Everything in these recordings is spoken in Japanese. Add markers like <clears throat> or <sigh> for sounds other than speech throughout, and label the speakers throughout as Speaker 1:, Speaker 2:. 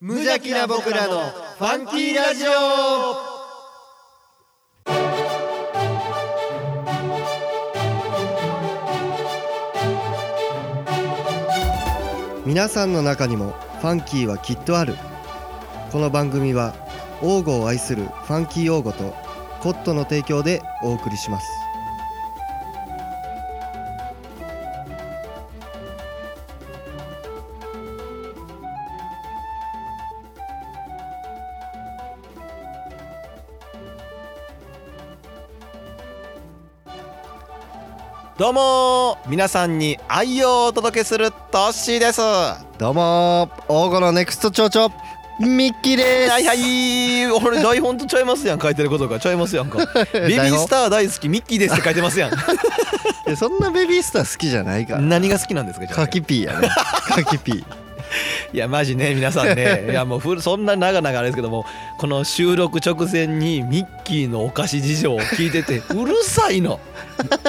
Speaker 1: 無邪気な僕らのファンキーラジオ皆さんの中にもファンキーはきっとあるこの番組は王語を愛するファンキー王語とコットの提供でお送りします
Speaker 2: どうもー皆さんに愛用をお届けするトッシーですは
Speaker 1: どうも王語のネクスト町長ミッキー
Speaker 2: い
Speaker 1: です <laughs>
Speaker 2: はい俺台本とちゃいますやん書いてることがちゃいますやんかベビースター大好きミッキーですって書いてますやん
Speaker 1: いやそんなベビースター好きじゃないから
Speaker 2: <laughs> 何が好きなんですかじゃあ
Speaker 1: カキピー
Speaker 2: <laughs>
Speaker 1: やねカキピー
Speaker 2: いやマジね皆さんねいやもうふるそんな長々あれですけどもこの収録直前にミッキーのお菓子事情を聞いててうるさいの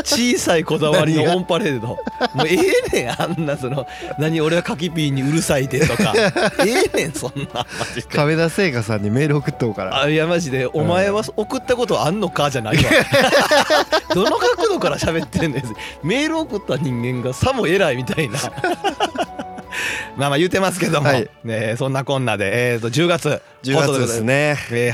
Speaker 2: 小さいこだわりの
Speaker 1: 何が
Speaker 2: オンパレードもうええねんあんなその何俺はカキピーにうるさいでとかええねんそんなマジで。
Speaker 1: 亀田製菓さんにメール送っとうから
Speaker 2: あいやマジで「お前は送ったことあんのか?」じゃないわ <laughs> どの角度から喋ってんのやつメール送った人間がさも偉いみたいな <laughs> まあまあ言うてますけども、
Speaker 1: はい
Speaker 2: ね、そんなこんなで、えー、と10月
Speaker 1: 10月ですね
Speaker 2: えー87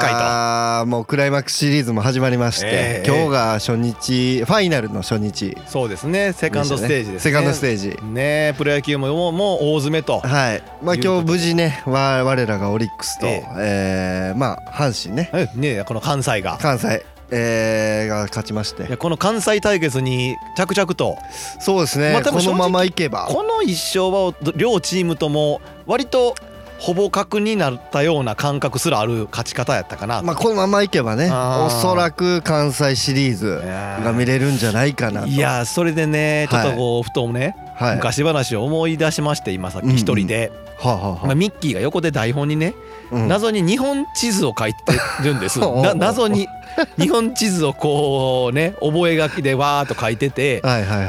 Speaker 2: 回と
Speaker 1: ああもうクライマックスシリーズも始まりまして、
Speaker 2: えー
Speaker 1: 今日が初日ファイナルの初日
Speaker 2: そうですねセカンドステージですね
Speaker 1: セカンドステージ
Speaker 2: ねプロ野球ももうもう大詰めと
Speaker 1: はいまあ
Speaker 2: いうこと
Speaker 1: 今日無事ねわ我らがオリックスと、
Speaker 2: え
Speaker 1: えーまあ阪神ね
Speaker 2: うんねこの関西が
Speaker 1: 関西、えーが勝ちまし
Speaker 2: いや
Speaker 1: て
Speaker 2: この関西対決に着々と
Speaker 1: そうですね、
Speaker 2: まあ多分
Speaker 1: こ
Speaker 2: 正
Speaker 1: の
Speaker 2: 直
Speaker 1: ままいけば
Speaker 2: この一勝はど両チームとも割とほぼ確になったような感覚すらある勝ち方やったかな、
Speaker 1: まあこのままいけばね
Speaker 2: あ
Speaker 1: お
Speaker 2: ー
Speaker 1: そらく関西シリーズが見れるんじゃないかなと
Speaker 2: いやーそれでねちょっと
Speaker 1: はい
Speaker 2: こうふとね、
Speaker 1: はいは
Speaker 2: 昔話を思い出しまして今さっ
Speaker 1: うん
Speaker 2: き
Speaker 1: うん
Speaker 2: 一人で、
Speaker 1: あはあはあ
Speaker 2: まあ、ミッキーが横で台本にね、
Speaker 1: うん
Speaker 2: 謎に日本地図を書いてるんで
Speaker 1: <laughs>
Speaker 2: す
Speaker 1: おうおう
Speaker 2: な謎に日本地図をこうね覚書きでわーっと書いてて
Speaker 1: はいはいはい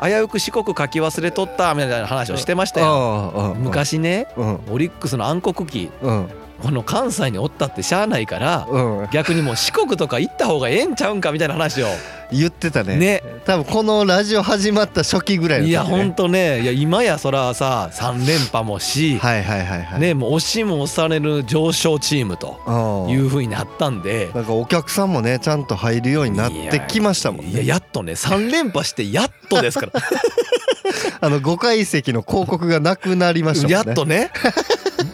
Speaker 1: はい
Speaker 2: 危うく四国書き忘れとったみたいな話をしてましたよ
Speaker 1: よ
Speaker 2: 昔ね
Speaker 1: うん
Speaker 2: オリックスの暗黒期
Speaker 1: うん
Speaker 2: この関西におったってしゃあないから
Speaker 1: うん
Speaker 2: 逆にもう四国とか行った方がええんちゃうんかみたいな話を
Speaker 1: 言ってたね
Speaker 2: ね
Speaker 1: 多分このラジオ始まった初期ぐらいの時、
Speaker 2: い
Speaker 1: ね、
Speaker 2: やほんとねいや今やそらさ3連覇もし
Speaker 1: はいはいはいはい
Speaker 2: ねもう押しも押される上昇チームと
Speaker 1: うん
Speaker 2: いうふうになったんで
Speaker 1: なんかお客さんもねちゃんと入るようになってきましたもん
Speaker 2: いや
Speaker 1: ね
Speaker 2: やっとね3連覇してやっとです
Speaker 1: <laughs>
Speaker 2: から
Speaker 1: あの5階席の広告がなくなりましたもんね
Speaker 2: やっ
Speaker 1: <laughs>
Speaker 2: とね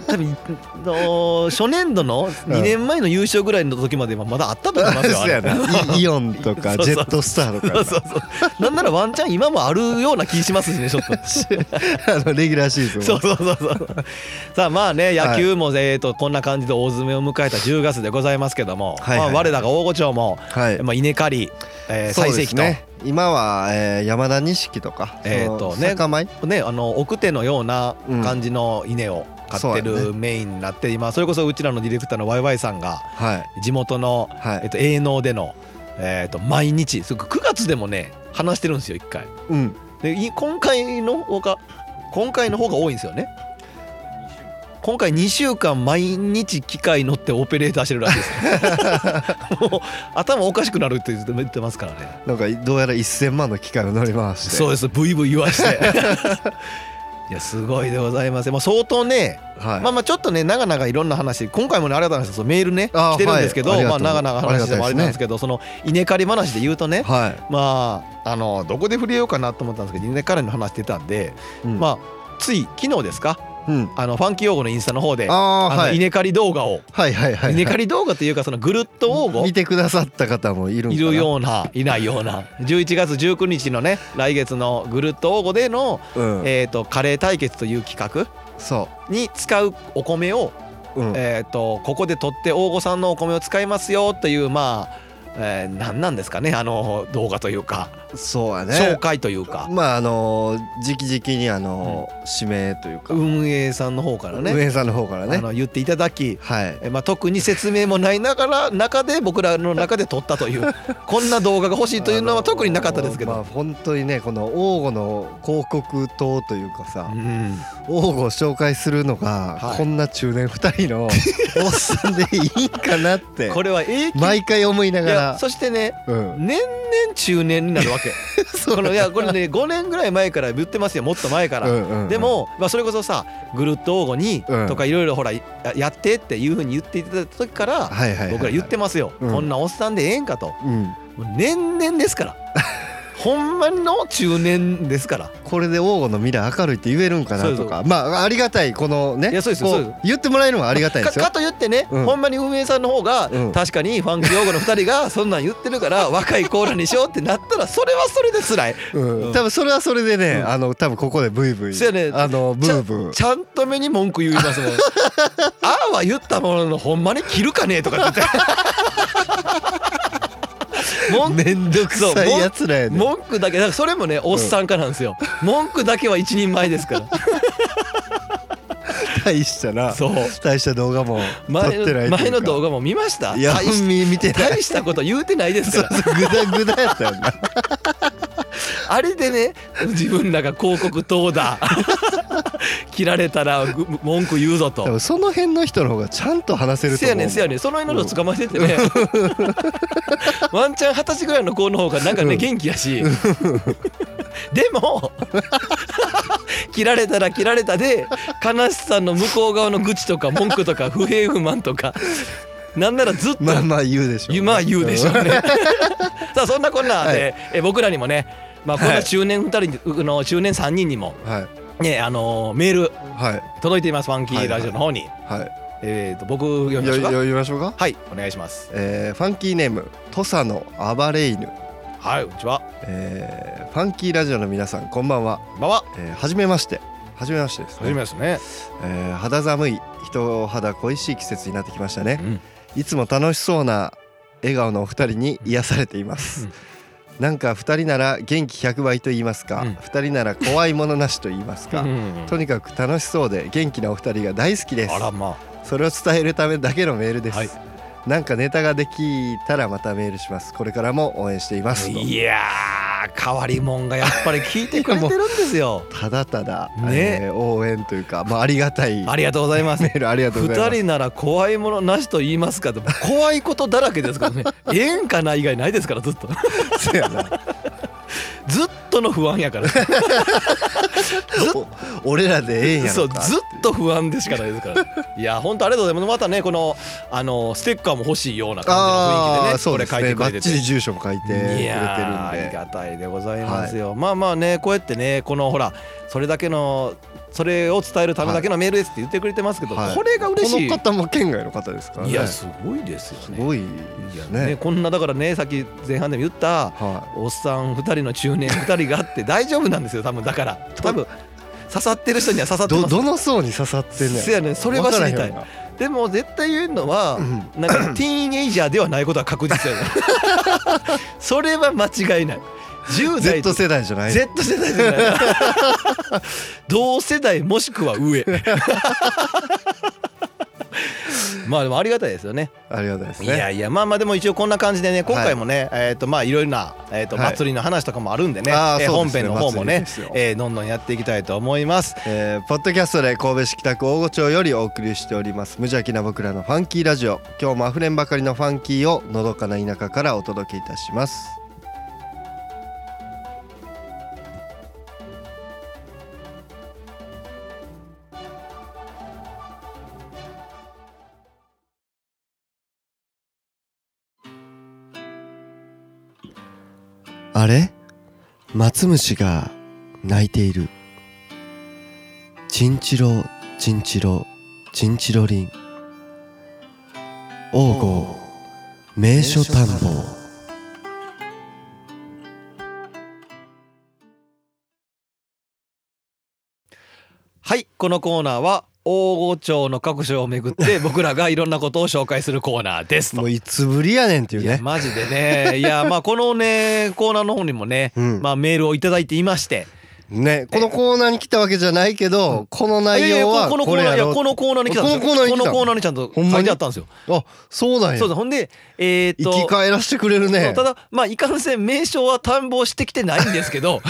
Speaker 2: 多分あのー初年度の2年前の優勝ぐらいの時まではまだあったと思いますよあ
Speaker 1: <laughs> そう
Speaker 2: れ
Speaker 1: やなイイオンとか
Speaker 2: <laughs> そうそう
Speaker 1: ジェットスターと
Speaker 2: <laughs> そう
Speaker 1: か
Speaker 2: そうそうなんならワンチャン今もあるような気しますしねちょっ
Speaker 1: <laughs>
Speaker 2: と
Speaker 1: <laughs> あのレギュラーシーズンも
Speaker 2: そうそうそうそうさあまあね
Speaker 1: はい
Speaker 2: 野球もえーとこんな感じで大詰めを迎えた10月でございますけども、
Speaker 1: はいはいはい
Speaker 2: まあ、我らが大御町も、
Speaker 1: はい
Speaker 2: まあ、稲刈り、えー最盛期
Speaker 1: そ
Speaker 2: と、
Speaker 1: うで
Speaker 2: ね
Speaker 1: すね今は、えー、山田錦とか
Speaker 2: えーと
Speaker 1: その
Speaker 2: ね
Speaker 1: 酒米
Speaker 2: あの奥手のような感じの稲を買って
Speaker 1: そうや
Speaker 2: るメインになって今それこそうちらのディレクターのワイワイさんが
Speaker 1: はい
Speaker 2: 地元の、
Speaker 1: は
Speaker 2: えー、
Speaker 1: い
Speaker 2: と営農での、えー、と毎日すごく9月でもね話してるんですよ一回
Speaker 1: うん
Speaker 2: でい今回の方が今回の方が多いんですよね今回2週間毎日機械乗ってオペレーターしてるらしいですもう頭おかしくなるって言ってますからね
Speaker 1: なんかどうやら1000万の機械を乗り回して
Speaker 2: そうですブイブイ言わして <laughs> いやすごいでございますよ、まあ、相当ね、
Speaker 1: はい
Speaker 2: まあまあちょっとね長々いろんな話今回もねありがたい話ですメールね
Speaker 1: あー
Speaker 2: 来てるんですけど、
Speaker 1: はいありが
Speaker 2: まあ
Speaker 1: とう
Speaker 2: 長々話でもあ
Speaker 1: ありがたいです
Speaker 2: れ
Speaker 1: ね
Speaker 2: なんですけどその稲刈り話で言うとね
Speaker 1: は
Speaker 2: まああのどこで触れようかなと思ったんですけど稲刈りの話出たんで
Speaker 1: い、うん、
Speaker 2: まあつい昨日ですか
Speaker 1: うん、
Speaker 2: あのファンキー用語のインスタの方であ
Speaker 1: ああ
Speaker 2: の
Speaker 1: はい
Speaker 2: 稲刈り動画を
Speaker 1: はいはいはい
Speaker 2: 稲刈り動画というかそのぐるっと応
Speaker 1: 見
Speaker 2: 募
Speaker 1: てくださった方もいるん
Speaker 2: い
Speaker 1: かな
Speaker 2: るようないないような11月19日のね来月のぐるっと応募での
Speaker 1: うん、
Speaker 2: えーとカレー対決という企
Speaker 1: そ
Speaker 2: 画に使うお米を
Speaker 1: う、うん
Speaker 2: えーとここで取って大御さんのお米を使いますよというまあえー何なんですかねあの動画というか
Speaker 1: そうや
Speaker 2: 紹
Speaker 1: ね
Speaker 2: 介というか、
Speaker 1: まああのじきじきにあの指名というか
Speaker 2: 運営さんの方からね
Speaker 1: 運営さんの方から
Speaker 2: あ
Speaker 1: ね
Speaker 2: の言っていただき、
Speaker 1: はい
Speaker 2: えまあ、特に説明もないながら中で僕らの中で撮ったという
Speaker 1: <laughs>
Speaker 2: こんな動画が欲しいというのは特になかったですけ
Speaker 1: あの
Speaker 2: ど。
Speaker 1: まあ本当にねこの王吾の広告塔というかさ
Speaker 2: うん
Speaker 1: 王吾を紹介するのが、
Speaker 2: はい
Speaker 1: こんな中年2人の
Speaker 2: <laughs>
Speaker 1: おっさんでいいんかなって
Speaker 2: これは影響
Speaker 1: 毎回思いないが
Speaker 2: や
Speaker 1: ら
Speaker 2: そしてね
Speaker 1: うん
Speaker 2: 年々中年になる
Speaker 1: <laughs>
Speaker 2: わけこのいやこれね5年ぐらい前から言ってますよもっと前から、
Speaker 1: うんうんうん
Speaker 2: でも、まあ、それこそさぐるっと応募に
Speaker 1: うん
Speaker 2: とかいろいろほらややってっていうふうに言っていただいた時から
Speaker 1: はいはいはいはい
Speaker 2: 僕ら言ってますよ、
Speaker 1: うん
Speaker 2: こんなおっさんでええんかと
Speaker 1: うん
Speaker 2: もう年々ですから
Speaker 1: <laughs>
Speaker 2: ほんまの中年ですから
Speaker 1: これで王吾の未来明るいって言えるんかなとかまあありがたいこのね
Speaker 2: いやそうですよ
Speaker 1: こ
Speaker 2: そうです
Speaker 1: 言ってもらえるのはありがたいで
Speaker 2: か
Speaker 1: すよ
Speaker 2: かと言ってね、
Speaker 1: うん
Speaker 2: ほんまに運営さんの方が、
Speaker 1: うん
Speaker 2: 確かにファンキー用語の2人が <laughs> そんなん言ってるから若いコーラにしようってなったらそれはそれで辛い
Speaker 1: うん多分それはそれでね
Speaker 2: うん
Speaker 1: あの多分ここでブイブイ
Speaker 2: そうやね
Speaker 1: あのブ
Speaker 2: ちゃ
Speaker 1: ーブー
Speaker 2: ちゃんと目に文句言います
Speaker 1: <laughs>
Speaker 2: ねああは言ったもののほんまに着るかねとか言って
Speaker 1: <laughs>
Speaker 2: 文句
Speaker 1: めんどく
Speaker 2: そう
Speaker 1: さいやつらやね
Speaker 2: 文句だけだからそれもねおっさん化なんですよ、文句だけは一人前ですから
Speaker 1: <laughs> 大したな
Speaker 2: そう
Speaker 1: 大した動画も撮っ
Speaker 2: 前
Speaker 1: てない
Speaker 2: の前の動
Speaker 1: 画
Speaker 2: 画も見ました
Speaker 1: いや
Speaker 2: 大し
Speaker 1: 見見てない
Speaker 2: 大したこと言うてないです
Speaker 1: そう
Speaker 2: から
Speaker 1: そうグダグダやったよ
Speaker 2: <laughs>
Speaker 1: な
Speaker 2: あれでね自分らが広告塔だ <laughs> 切られたらぐ文句言うぞ
Speaker 1: で
Speaker 2: と
Speaker 1: もその辺の人の方がちゃんと話せると
Speaker 2: せ
Speaker 1: 思
Speaker 2: や
Speaker 1: う
Speaker 2: ねんせやねんその辺の人捕まえて
Speaker 1: <laughs>
Speaker 2: てねワンチャン二十歳ぐらいの子の方がなんか
Speaker 1: う
Speaker 2: ね
Speaker 1: ん
Speaker 2: 元気やしでも <laughs> 切られたら切られたで悲しさの向こう側の愚痴とか文句とか不平不満とかなんならずっと
Speaker 1: まあまあ言うでしょうね
Speaker 2: まあ言うでしょうね。 <laughs> さあそんなこんなで、え僕らにもね、まあ、こん
Speaker 1: は
Speaker 2: ない中年2人に、うの中年3人にも、
Speaker 1: うんはい
Speaker 2: ねあのーメール
Speaker 1: はい
Speaker 2: 届いていますファンキーラジオの方に、
Speaker 1: は
Speaker 2: えー、と僕読
Speaker 1: い
Speaker 2: みましょうか
Speaker 1: よ呼びましょうか
Speaker 2: はいお願いします
Speaker 1: えーファンキーネーム土佐の暴れ犬
Speaker 2: はいこんにちは
Speaker 1: えーファンキーラジオの皆さんこんばんは、
Speaker 2: こんばんは
Speaker 1: えー、はじめましてはじめましてですね、
Speaker 2: ですね、
Speaker 1: えー肌寒い人肌恋しい季節になってきました
Speaker 2: う
Speaker 1: ね
Speaker 2: ん、
Speaker 1: いつも楽しそうな笑顔のお二人に癒されています、
Speaker 2: うん
Speaker 1: なんか二人なら元気100倍と言いますか、
Speaker 2: うん
Speaker 1: 二人なら怖いものなしと言いますか、
Speaker 2: うん
Speaker 1: とにかく楽しそうで元気なお二人が大好きです
Speaker 2: あらま
Speaker 1: それを伝えるためだけのメールです、
Speaker 2: はい
Speaker 1: なんかネタができたらまたメールしますこれからも応援していま
Speaker 2: あ
Speaker 1: すと
Speaker 2: いやー変わりもんがやっぱり聞いてくれてるんです
Speaker 1: <laughs>
Speaker 2: よ
Speaker 1: ただただ、
Speaker 2: ね
Speaker 1: えー応援というか、まあ、ありがたい
Speaker 2: ありがとうございます
Speaker 1: メールありがとうございま
Speaker 2: 2
Speaker 1: す
Speaker 2: 人なら怖いものなしと言いますかって怖いことだらけですから
Speaker 1: <laughs>
Speaker 2: ねええんかな以外ないですからずっと
Speaker 1: そうやな
Speaker 2: ずっとの不安やから
Speaker 1: <laughs> お俺らでええんや
Speaker 2: そ
Speaker 1: ろ
Speaker 2: う
Speaker 1: か
Speaker 2: ずっと不安でしかないです
Speaker 1: <laughs>
Speaker 2: からいや本当ありがとうございますまたねこのあのステッカーも欲しいような感じの雰囲気で
Speaker 1: あ
Speaker 2: ね
Speaker 1: あそう
Speaker 2: こ
Speaker 1: で
Speaker 2: れ
Speaker 1: す
Speaker 2: 書い
Speaker 1: ね
Speaker 2: てく
Speaker 1: バ
Speaker 2: れ
Speaker 1: ッ
Speaker 2: て
Speaker 1: チリ住所も書いてくれてるん
Speaker 2: い
Speaker 1: で
Speaker 2: やーありがたいでございますよ、まあまあねこうやってねこのほらそれだけのそれを伝えるためだけのメールですって言ってくれてますけど、
Speaker 1: はい
Speaker 2: これが嬉しい、
Speaker 1: この方も県外の方ですからね
Speaker 2: いやすごいですよ
Speaker 1: す
Speaker 2: ね
Speaker 1: ごい
Speaker 2: いや
Speaker 1: ね
Speaker 2: ねこんなだからねさっき前半でも言った
Speaker 1: は
Speaker 2: おっさん2人の中年2人があって大丈夫なんですよ多分
Speaker 1: <laughs>
Speaker 2: だから多分刺さってる人には刺さ
Speaker 1: い
Speaker 2: って
Speaker 1: ど
Speaker 2: ます
Speaker 1: どの層に刺さってんねん
Speaker 2: せやねんそれは知りたい
Speaker 1: わか
Speaker 2: でも絶対言うのは
Speaker 1: らへんよな
Speaker 2: なん
Speaker 1: <laughs>
Speaker 2: かティーンエイジャーではないことは確実やな <laughs> それは間違いない
Speaker 1: うん
Speaker 2: 10代
Speaker 1: Z 世代じゃない
Speaker 2: Z 世代じゃない <laughs> 同世代もしくは上 <laughs> まあでもありがたいですよね
Speaker 1: ありがたいです
Speaker 2: いや
Speaker 1: ね
Speaker 2: いやまあまあでも一応こんな感じでね今回もね、い、えっ、とまあいろいろな、えー、と
Speaker 1: はい
Speaker 2: 祭りの話とかもあるんでね,、
Speaker 1: あー
Speaker 2: えー
Speaker 1: そう
Speaker 2: 本
Speaker 1: です
Speaker 2: 編
Speaker 1: ね
Speaker 2: の方も
Speaker 1: 祭り
Speaker 2: ね
Speaker 1: ですよ、
Speaker 2: えーどんどんやっていきたいと思います。
Speaker 1: えーポッドキャストで神戸市北区大御町よりお送りしております無邪気な僕らのファンキーラジオ今日もあふれんばかりのファンキーをのどかな田舎からお届けいたします
Speaker 3: あれ松虫が泣いている。チンチロ、チンチロ、チンチロリン。王郷、名所探訪。
Speaker 2: はいこのコーナーは「大御町の各所を
Speaker 1: <laughs>
Speaker 2: 巡って僕らがいろんなことを紹介するコーナーです
Speaker 1: も
Speaker 2: と。
Speaker 1: う
Speaker 2: い
Speaker 1: いつぶりやねんっていう
Speaker 2: や
Speaker 1: ね
Speaker 2: マジでねいやまあこのねコーナーの方にもね、
Speaker 1: うん
Speaker 2: まあ、メールをいただいていまして
Speaker 1: ねこのコーナーに来たわけじゃないけど、この内容
Speaker 2: いやいや
Speaker 1: は
Speaker 2: このコ
Speaker 1: こ
Speaker 2: ー
Speaker 1: れ
Speaker 2: ナー
Speaker 1: や
Speaker 2: いや
Speaker 1: ろ
Speaker 2: このコーナーに来たんですよ
Speaker 1: このコーナーに来た
Speaker 2: このコーナーにちゃんと
Speaker 1: ほんまに
Speaker 2: 書いてあったんですよ。
Speaker 1: あそうなんや
Speaker 2: そうですほんでえーっ
Speaker 1: 生
Speaker 2: と
Speaker 1: き返らしてくれる
Speaker 2: そ
Speaker 1: ね
Speaker 2: うただまあいかんせん名称は探訪してきてないんです
Speaker 1: <laughs>
Speaker 2: けど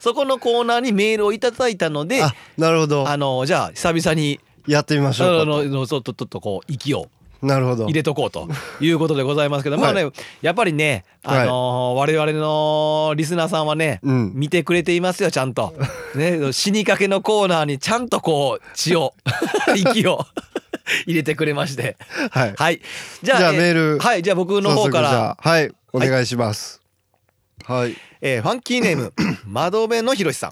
Speaker 2: そこのコーナーにメールをいただいたので
Speaker 1: あなるほど
Speaker 2: あのじゃあ久々に
Speaker 1: やってみましょ
Speaker 2: あ
Speaker 1: うか
Speaker 2: ののそうちょっとこう息を
Speaker 1: なるほど
Speaker 2: 入れとこうということでございますけど、まあねやっぱりね、あのー我々のリスナーさんはね、
Speaker 1: うん
Speaker 2: 見てくれていますよちゃ
Speaker 1: <laughs>
Speaker 2: んと、ね、死にかけのコーナーにちゃんとこう
Speaker 1: <laughs>
Speaker 2: 血を息を <laughs> 入れてくれまして
Speaker 1: はい
Speaker 2: はいじ
Speaker 1: じ
Speaker 2: ゃ
Speaker 1: ゃ
Speaker 2: あ
Speaker 1: あ
Speaker 2: え
Speaker 1: メール
Speaker 2: はいじゃあ僕の
Speaker 1: 早速
Speaker 2: 方
Speaker 1: じ
Speaker 2: か
Speaker 1: ゃ
Speaker 2: ら
Speaker 1: あはいお願いしますはい
Speaker 2: えーファンキーネーム窓辺のひろしさん、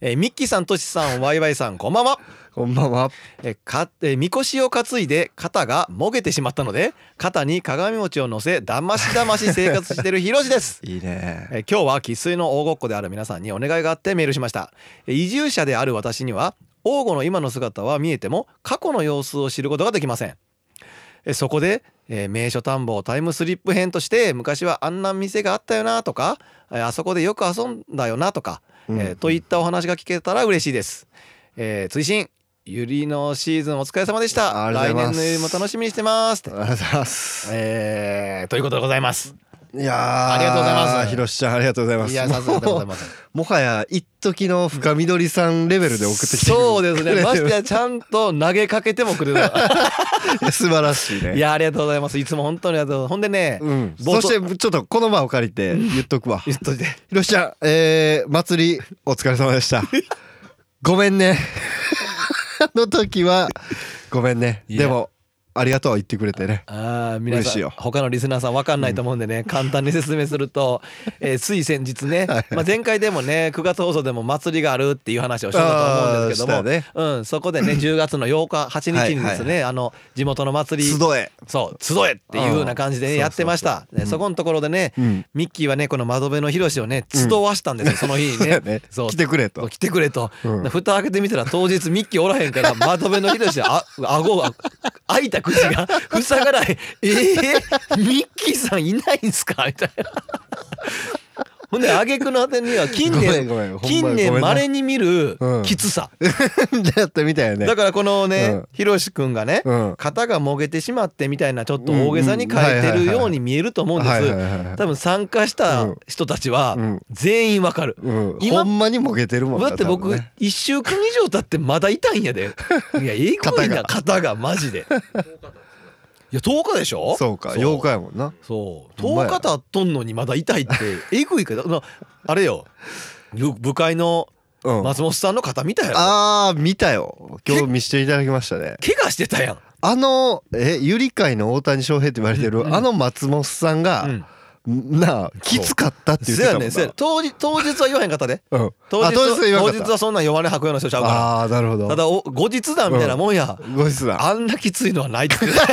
Speaker 2: えーミッキーさんとしさんワイワイさんこんばんは、
Speaker 1: こんばんは
Speaker 2: えーかえーみこしを担いで肩がもげてしまったので肩に鏡餅を乗せだましだまし生活してるひろしです
Speaker 1: いいね
Speaker 2: えー今日は生粋の大ごっこである皆さんにお願いがあってメールしましたえー移住者である私には王吾の今の姿は見えても過去の様子を知ることができませんえーそこで、えー名所探訪タイムスリップ編として昔はあんな店があったよなとかえーあそこでよく遊んだよなとか、
Speaker 1: う
Speaker 2: えー
Speaker 1: ん
Speaker 2: といったお話が聞けたら嬉しいです、えー追伸ゆりのシーズンお疲れ様でした
Speaker 1: ありがと
Speaker 2: 来
Speaker 1: うございま
Speaker 2: 年
Speaker 1: す
Speaker 2: のゆりも楽しみにしてます
Speaker 1: ありがとうございます
Speaker 2: えーということでございます
Speaker 1: いやー
Speaker 2: ありがとうございます
Speaker 1: ひろしちゃんありがとうございます
Speaker 2: いやさすがでござい
Speaker 1: も
Speaker 2: ます
Speaker 1: うもはや一時の深緑さんレベルで送ってきてる
Speaker 2: そうです
Speaker 1: くれ
Speaker 2: ね
Speaker 1: て
Speaker 2: ま
Speaker 1: る
Speaker 2: してやちゃんと投げかけてもく
Speaker 1: <laughs>
Speaker 2: れる
Speaker 1: いや <laughs> 素晴らしいね
Speaker 2: いやありがとうございますいつも本当にありがとうほんでね、
Speaker 1: うん、
Speaker 2: 冒頭
Speaker 1: そしてちょっとこの場を借りて言っとくわ
Speaker 2: 言っといて
Speaker 1: ひろしちゃん、えー、祭りお疲れ様でした。ごめんね。の時は、ごめんね。
Speaker 2: いや
Speaker 1: でも、ありがとう言ってくれてね。
Speaker 2: あー皆
Speaker 1: 嬉
Speaker 2: さ
Speaker 1: しい
Speaker 2: ん
Speaker 1: よ
Speaker 2: 他のリスナーさん分かんないと思うんでね、簡単に説明する
Speaker 1: <laughs>
Speaker 2: と、えー、つい先日ね、まあ、前回でもね9月放送でも祭りがあるっていう話をしたと思うんですけども、
Speaker 1: あーしたね
Speaker 2: うん、そこでね10
Speaker 1: <laughs>
Speaker 2: 月の8日8日にで
Speaker 1: は
Speaker 2: すね、
Speaker 1: いはいは
Speaker 2: あの地元の祭り
Speaker 1: 集え。
Speaker 2: そう集えっていうような感じでね
Speaker 1: うん
Speaker 2: やってました
Speaker 1: そうそうそう
Speaker 2: ねそこのところでね、
Speaker 1: うん
Speaker 2: ミッキーはねこの窓辺のひろしをね集わしたんですよ、その日に
Speaker 1: <laughs> <laughs> そうや
Speaker 2: ね
Speaker 1: ね。
Speaker 2: そう
Speaker 1: 来てくれと。 <laughs>
Speaker 2: 来てくれと、
Speaker 1: うん
Speaker 2: 蓋開けてみたら当日ミッキーおらへんから窓辺のひろしあ顎が開いた口が塞がないえー、ミッキーさんいないんすかみたいな。ほんで挙句の果てには近
Speaker 1: ごめんごめん
Speaker 2: 年
Speaker 1: ほんまにごめ
Speaker 2: 近
Speaker 1: んな
Speaker 2: 年まれに見る
Speaker 1: うん
Speaker 2: きつさ、
Speaker 1: やってみたよね。
Speaker 2: だからこの
Speaker 1: う
Speaker 2: ね
Speaker 1: ん
Speaker 2: ひろしくんがね、
Speaker 1: うん。
Speaker 2: 肩がもげてしまってみたいなちょっと大げさに書いてるように見えると思うんで
Speaker 1: はいはい
Speaker 2: す
Speaker 1: はいはい
Speaker 2: 多分参加した人たちは
Speaker 1: うん
Speaker 2: 全員わかる、
Speaker 1: うん、
Speaker 2: 今
Speaker 1: ほんまにもげてるもんな
Speaker 2: だって
Speaker 1: 多
Speaker 2: 僕
Speaker 1: 分ね
Speaker 2: 1週間以上経ってまだ痛い
Speaker 1: <laughs>
Speaker 2: んやでいやえぐい
Speaker 1: 肩
Speaker 2: な
Speaker 1: が
Speaker 2: 肩が
Speaker 1: <laughs>
Speaker 2: マジでいや10日でしょ
Speaker 1: そうか8日やもんな
Speaker 2: そう
Speaker 1: ほんま
Speaker 2: 10
Speaker 1: や
Speaker 2: 日経っとんのにまだ痛いってえぐいからなあれよ部部会の
Speaker 1: うん
Speaker 2: 松本さんの肩見たやろ
Speaker 1: あー見たよ今日見していただきましたね
Speaker 2: 怪我してたやん、
Speaker 1: あのえゆり会の大谷翔平って言われて
Speaker 2: うん
Speaker 1: るあの松本さん
Speaker 2: う
Speaker 1: が
Speaker 2: ん、
Speaker 1: なあきつかったって言っ
Speaker 2: せ
Speaker 1: てた
Speaker 2: や
Speaker 1: もん
Speaker 2: ね
Speaker 1: なん
Speaker 2: せやねん当日当日は言わへんかったで
Speaker 1: うん、
Speaker 2: 当日
Speaker 1: あ当日は言わな
Speaker 2: 当
Speaker 1: かった
Speaker 2: 日はそんな弱音吐くような人ちゃうから
Speaker 1: ああーなるほど
Speaker 2: ただお後日談みたいなもんや、
Speaker 1: ご質だ
Speaker 2: あんなきついのはない
Speaker 1: <laughs>
Speaker 2: って言ってた